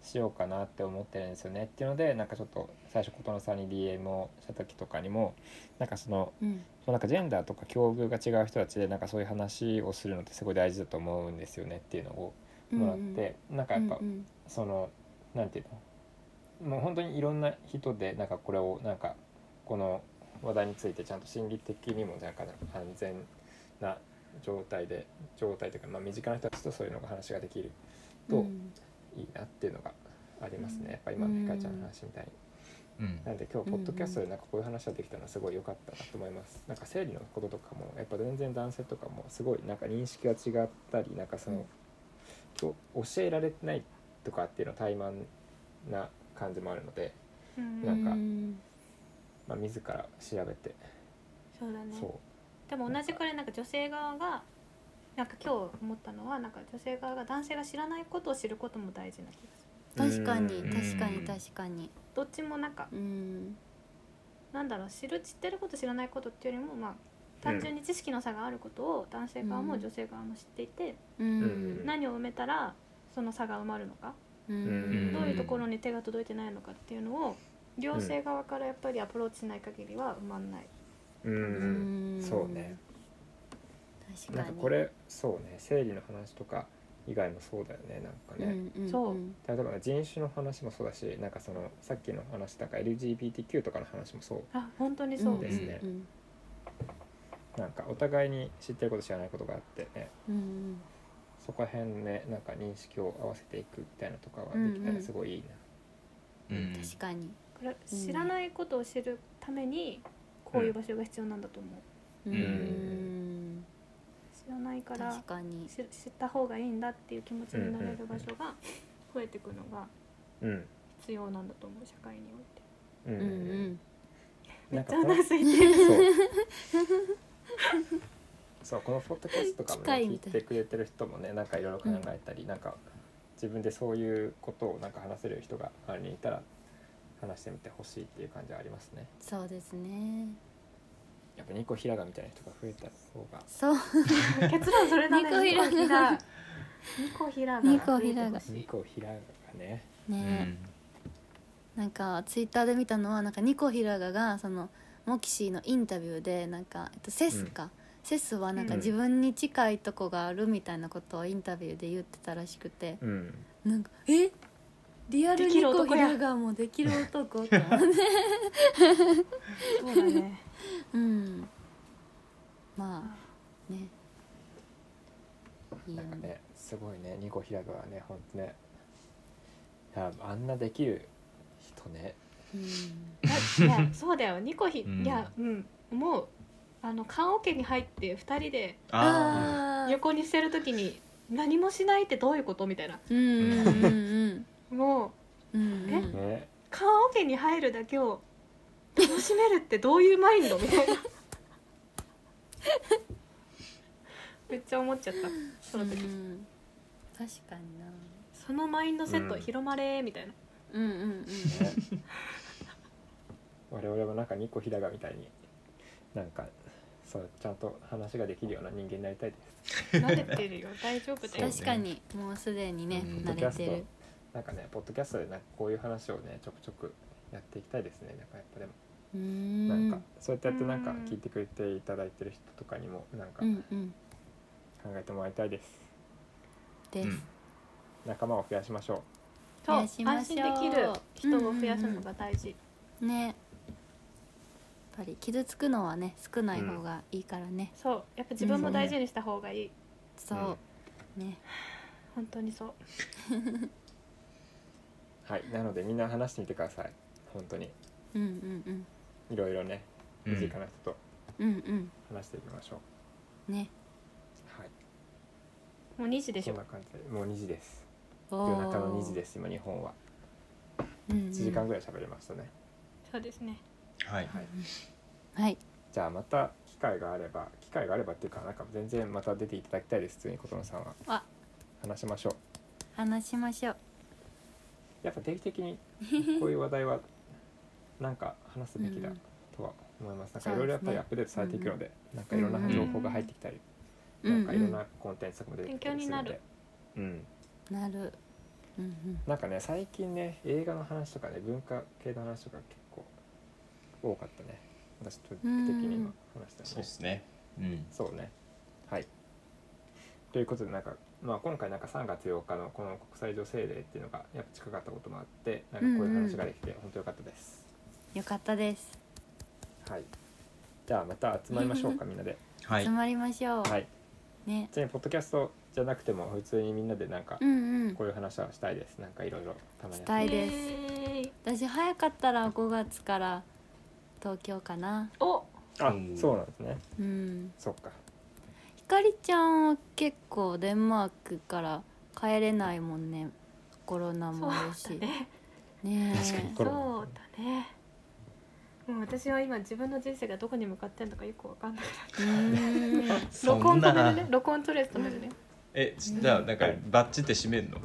[SPEAKER 1] しようかなって思ってるんですよね、っていうのでなんかちょっと最初琴乃さんに DM をした時とかにもなんかその
[SPEAKER 3] うん
[SPEAKER 1] そうなんかジェンダーとか境遇が違う人たちでなんかそういう話をするのってすごい大事だと思うんですよねっていうのをもらって、なんかやっぱ、
[SPEAKER 3] うんうん
[SPEAKER 1] そのなんていうのもう本当にいろんな人でなんかこれをなんかこの話題についてちゃんと心理的にもなんか安全な状態で状態というか、まあ、身近な人たちとそういうのが話ができる
[SPEAKER 3] う
[SPEAKER 1] と
[SPEAKER 3] ん
[SPEAKER 1] いいなっていうのがありますね、
[SPEAKER 4] うん
[SPEAKER 1] やっぱ今のひかりちゃんの話みたいに。
[SPEAKER 2] うん
[SPEAKER 1] なんで今日ポッドキャストでなんかこういう話ができたのはすごい良かったなと思います。なんか生理のこととかもやっぱ全然男性とかもすごいなんか認識が違ったりなんかその、教教えられてないとかっていうのは怠慢な感じもあるので、
[SPEAKER 4] うん
[SPEAKER 1] なんか
[SPEAKER 3] うん
[SPEAKER 1] まあ、自ら調べて、
[SPEAKER 4] そうだね
[SPEAKER 1] そ
[SPEAKER 4] でも同じくらいなんか女性側がなんか今日思ったのはなんか女性側が男性が知らないことを知ることも大事な気がする
[SPEAKER 1] う
[SPEAKER 3] 確かに
[SPEAKER 1] うん
[SPEAKER 3] 確かに確かに
[SPEAKER 4] どっちもなんか
[SPEAKER 3] うん
[SPEAKER 4] なんだろう知る知ってること知らないことっていうよりもまあ単純に知識の差があることを男性側も女性側も知っていて、
[SPEAKER 3] うん
[SPEAKER 1] うん
[SPEAKER 4] 何を埋めたらその差が埋まるのか、
[SPEAKER 3] うん
[SPEAKER 4] どういうところに手が届いてないのかっていうのを両性側からやっぱりアプローチしない限りは埋まんない。
[SPEAKER 1] ううん
[SPEAKER 3] ん
[SPEAKER 1] そうね
[SPEAKER 3] 確か
[SPEAKER 1] な
[SPEAKER 3] に
[SPEAKER 1] んかこれそうね生理の話とか以外もそうだよねなんかね。
[SPEAKER 3] うんうん
[SPEAKER 4] そう
[SPEAKER 3] うん
[SPEAKER 1] 例えば人種の話もそうだしなんかそのさっきの話なんか LGBTQ とかの話もそう
[SPEAKER 4] あ本当にそう、
[SPEAKER 1] ですね
[SPEAKER 3] うん
[SPEAKER 1] なんかお互いに知ってること知らないことがあってね
[SPEAKER 3] うん
[SPEAKER 1] そこら辺でなんか認識を合わせていくみたいなとかはできたらすごいいいな、
[SPEAKER 2] う
[SPEAKER 3] うん
[SPEAKER 2] ん
[SPEAKER 3] 確かに
[SPEAKER 4] これ知らないことを知るためにこういう場所が必要なんだと思う。
[SPEAKER 3] うんん
[SPEAKER 4] 知らないから
[SPEAKER 3] 確かに
[SPEAKER 4] 知知った方がいいんだっていう気持ちになれる場所が増えていくのが
[SPEAKER 1] うん
[SPEAKER 4] 必要なんだと思う社会において。
[SPEAKER 1] うん
[SPEAKER 3] うんうん
[SPEAKER 1] な
[SPEAKER 4] め
[SPEAKER 1] ん
[SPEAKER 4] っ
[SPEAKER 1] か
[SPEAKER 4] ちゃ
[SPEAKER 1] この
[SPEAKER 4] 話すいてる。
[SPEAKER 1] そうこのポッドキャストとかも、
[SPEAKER 3] 機
[SPEAKER 1] ね、
[SPEAKER 3] 械
[SPEAKER 1] 聞
[SPEAKER 3] み
[SPEAKER 1] い
[SPEAKER 3] たい
[SPEAKER 1] てくれてる人もねなんかいろいろ考えたり、なんか自分でそういうことをなんか話せる人が周りにいたら話してみてほしいっていう感じはありますね
[SPEAKER 3] そうですね
[SPEAKER 1] やっぱニコヒラガみたいな人が増えた方が
[SPEAKER 3] そう
[SPEAKER 4] 結論それだね。
[SPEAKER 3] ニコヒラが
[SPEAKER 4] ニコヒラが。
[SPEAKER 3] ニコヒラが
[SPEAKER 1] ニコヒラガがね
[SPEAKER 3] ねなんかツイッターで見たのはなんかニコヒラガがそのモキシーのインタビューでなんか、えっと、セスか、セスはなんか
[SPEAKER 4] うん
[SPEAKER 3] 自分に近いとこがあるみたいなことをインタビューで言ってたらしくて、
[SPEAKER 1] うん
[SPEAKER 3] なんかえリアル
[SPEAKER 4] で
[SPEAKER 3] ニ
[SPEAKER 4] きる
[SPEAKER 3] コ
[SPEAKER 4] 男
[SPEAKER 3] ヒ
[SPEAKER 4] や
[SPEAKER 3] ラガもできる男と思って
[SPEAKER 4] そうだね。
[SPEAKER 3] [laughs] うんまあねいいよ
[SPEAKER 1] なんか
[SPEAKER 3] ね
[SPEAKER 1] ねすごいねニコヒラガはねほんとねいやあんなできる人ね
[SPEAKER 3] うん
[SPEAKER 4] いやそうだよニコヒ、
[SPEAKER 2] うん
[SPEAKER 4] いやうんもうあの棺桶に入って二人で
[SPEAKER 2] あ
[SPEAKER 3] あー
[SPEAKER 4] 横にしてるときに何もしないってどういうことみたいな。
[SPEAKER 3] うんうんうん
[SPEAKER 4] もう
[SPEAKER 3] うんうん
[SPEAKER 4] え
[SPEAKER 3] うん [laughs]
[SPEAKER 1] ね
[SPEAKER 4] 棺桶に入るだけを楽しめるってどういうマインドみたいなめっちゃ思っちゃったその時、
[SPEAKER 3] うん確かにな
[SPEAKER 4] そのマインドセット
[SPEAKER 1] うん
[SPEAKER 4] 広まれみたいな、
[SPEAKER 1] [laughs]
[SPEAKER 3] うんうんうん
[SPEAKER 1] ね我々もなんかニコヒラガみたいになんかそうちゃんと話ができるような人間になりたいです。
[SPEAKER 4] 慣れてるよ大丈夫だよ
[SPEAKER 3] 確かにもうすでにね
[SPEAKER 2] うん
[SPEAKER 3] 慣れてる
[SPEAKER 1] なんかねポッドキャストでなんかこういう話をねちょくちょくやっていきたいですねなんかやっぱでも、
[SPEAKER 3] うー
[SPEAKER 1] なん
[SPEAKER 3] ん
[SPEAKER 1] かそうやってやってなんか
[SPEAKER 4] うん
[SPEAKER 1] 聞いてくれていただいてる人とかにもなんか
[SPEAKER 3] うんうん
[SPEAKER 1] 考えてもらいたいです、
[SPEAKER 3] です、
[SPEAKER 2] うん
[SPEAKER 1] 仲間を増やしましょ
[SPEAKER 4] と
[SPEAKER 3] 増やしま
[SPEAKER 4] 安
[SPEAKER 3] しょ
[SPEAKER 4] 心
[SPEAKER 3] う
[SPEAKER 4] できる人を増やすのが大事、
[SPEAKER 3] ねやっぱり傷つくのはね少ない方がいいからね、
[SPEAKER 4] そうやっぱ自分も大事にした方がいい、
[SPEAKER 3] そう、ね
[SPEAKER 4] 本当にそう
[SPEAKER 1] うはいなのでみんな話してみてください本当に
[SPEAKER 3] うんうん
[SPEAKER 1] いろいろね
[SPEAKER 2] うん
[SPEAKER 1] 身近な人と
[SPEAKER 3] うんうん
[SPEAKER 1] 話していきましょう、
[SPEAKER 3] うんね
[SPEAKER 1] はい
[SPEAKER 4] もう2時でし
[SPEAKER 1] そ
[SPEAKER 4] ょ
[SPEAKER 1] んな感じでもう2時です
[SPEAKER 3] おー
[SPEAKER 1] 夜中の2時です今日本は
[SPEAKER 3] うんうん
[SPEAKER 1] 1時間ぐらい喋りましたね、
[SPEAKER 4] そうですね
[SPEAKER 2] はい
[SPEAKER 1] はい
[SPEAKER 3] はい
[SPEAKER 1] じゃあまた機会があれば機会があればっていうかなんか全然また出ていただきたいです普通に琴乃さんは
[SPEAKER 3] あ
[SPEAKER 1] 話しましょう
[SPEAKER 3] 話しましょう
[SPEAKER 1] やっぱ定期的
[SPEAKER 3] [laughs]
[SPEAKER 1] にこういう話題はなんか話すべきだ
[SPEAKER 3] うん
[SPEAKER 1] とは思います、なん
[SPEAKER 3] そ
[SPEAKER 1] かい
[SPEAKER 3] う
[SPEAKER 1] ろいろやっ
[SPEAKER 3] です
[SPEAKER 1] ぱ
[SPEAKER 3] ね
[SPEAKER 1] りアップデートされていくので、なんか
[SPEAKER 3] う
[SPEAKER 1] い
[SPEAKER 3] ん
[SPEAKER 1] ろんな情報が入ってきたり、
[SPEAKER 3] うんう
[SPEAKER 1] な
[SPEAKER 3] ん
[SPEAKER 1] んかいろんなコンテンツとかも出てきたりするので
[SPEAKER 4] 勉、
[SPEAKER 1] うん、
[SPEAKER 3] なるうんうん
[SPEAKER 1] なんかね最近ね映画の話とかね文化系の話とか結構多かったね私的に今話したよね、
[SPEAKER 2] そうですねうん
[SPEAKER 1] そうねはいということでなんか、まあ、今回なんか3月8日のこの国際女性デーっていうのがやっぱ近かったこともあってなんかこういう話ができて本当良かったです、
[SPEAKER 3] よかったです
[SPEAKER 1] はいじゃあまた集まりましょうかみんなで
[SPEAKER 2] はい
[SPEAKER 3] 集まりましょう、
[SPEAKER 1] はい
[SPEAKER 3] ね
[SPEAKER 1] ちなみにポッドキャストじゃなくても普通にみんなでなんか
[SPEAKER 3] うんうん
[SPEAKER 1] こういう話はしたいですなんかいろいろたまに
[SPEAKER 3] したいです
[SPEAKER 4] イエーイ
[SPEAKER 3] 私早かったら5月から東京かな
[SPEAKER 4] お
[SPEAKER 1] あ
[SPEAKER 2] うん
[SPEAKER 1] そうなんですね
[SPEAKER 3] うん
[SPEAKER 1] そっか
[SPEAKER 3] ひかりちゃんは結構デンマークから帰れないもんねコロナ
[SPEAKER 4] そ
[SPEAKER 3] も
[SPEAKER 4] う
[SPEAKER 3] あるし
[SPEAKER 4] だね
[SPEAKER 3] ねえ
[SPEAKER 1] 確かにコ
[SPEAKER 4] そう
[SPEAKER 1] ロナ
[SPEAKER 4] だねもう私は今自分の人生がどこに向かってんのかよくわかんない
[SPEAKER 3] うーん
[SPEAKER 2] そ
[SPEAKER 4] 録音
[SPEAKER 2] ん
[SPEAKER 4] 止める
[SPEAKER 2] な
[SPEAKER 4] ね録音とりあえず止めるね
[SPEAKER 2] えちじゃあなんかバッチって閉めるの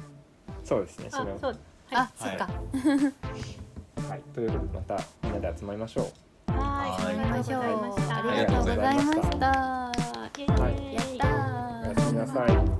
[SPEAKER 1] そうですね
[SPEAKER 4] あ
[SPEAKER 1] それを
[SPEAKER 4] そう
[SPEAKER 3] あ、そっか。
[SPEAKER 1] はいということでまたみんなで集まりましょ
[SPEAKER 4] はーい
[SPEAKER 2] は
[SPEAKER 4] あり
[SPEAKER 2] い
[SPEAKER 4] がとうございました
[SPEAKER 3] ありがとうございました。
[SPEAKER 1] ありがとうございました
[SPEAKER 3] や
[SPEAKER 4] イエーイ
[SPEAKER 1] はい
[SPEAKER 3] った
[SPEAKER 1] うお
[SPEAKER 3] ー
[SPEAKER 1] やすみなさい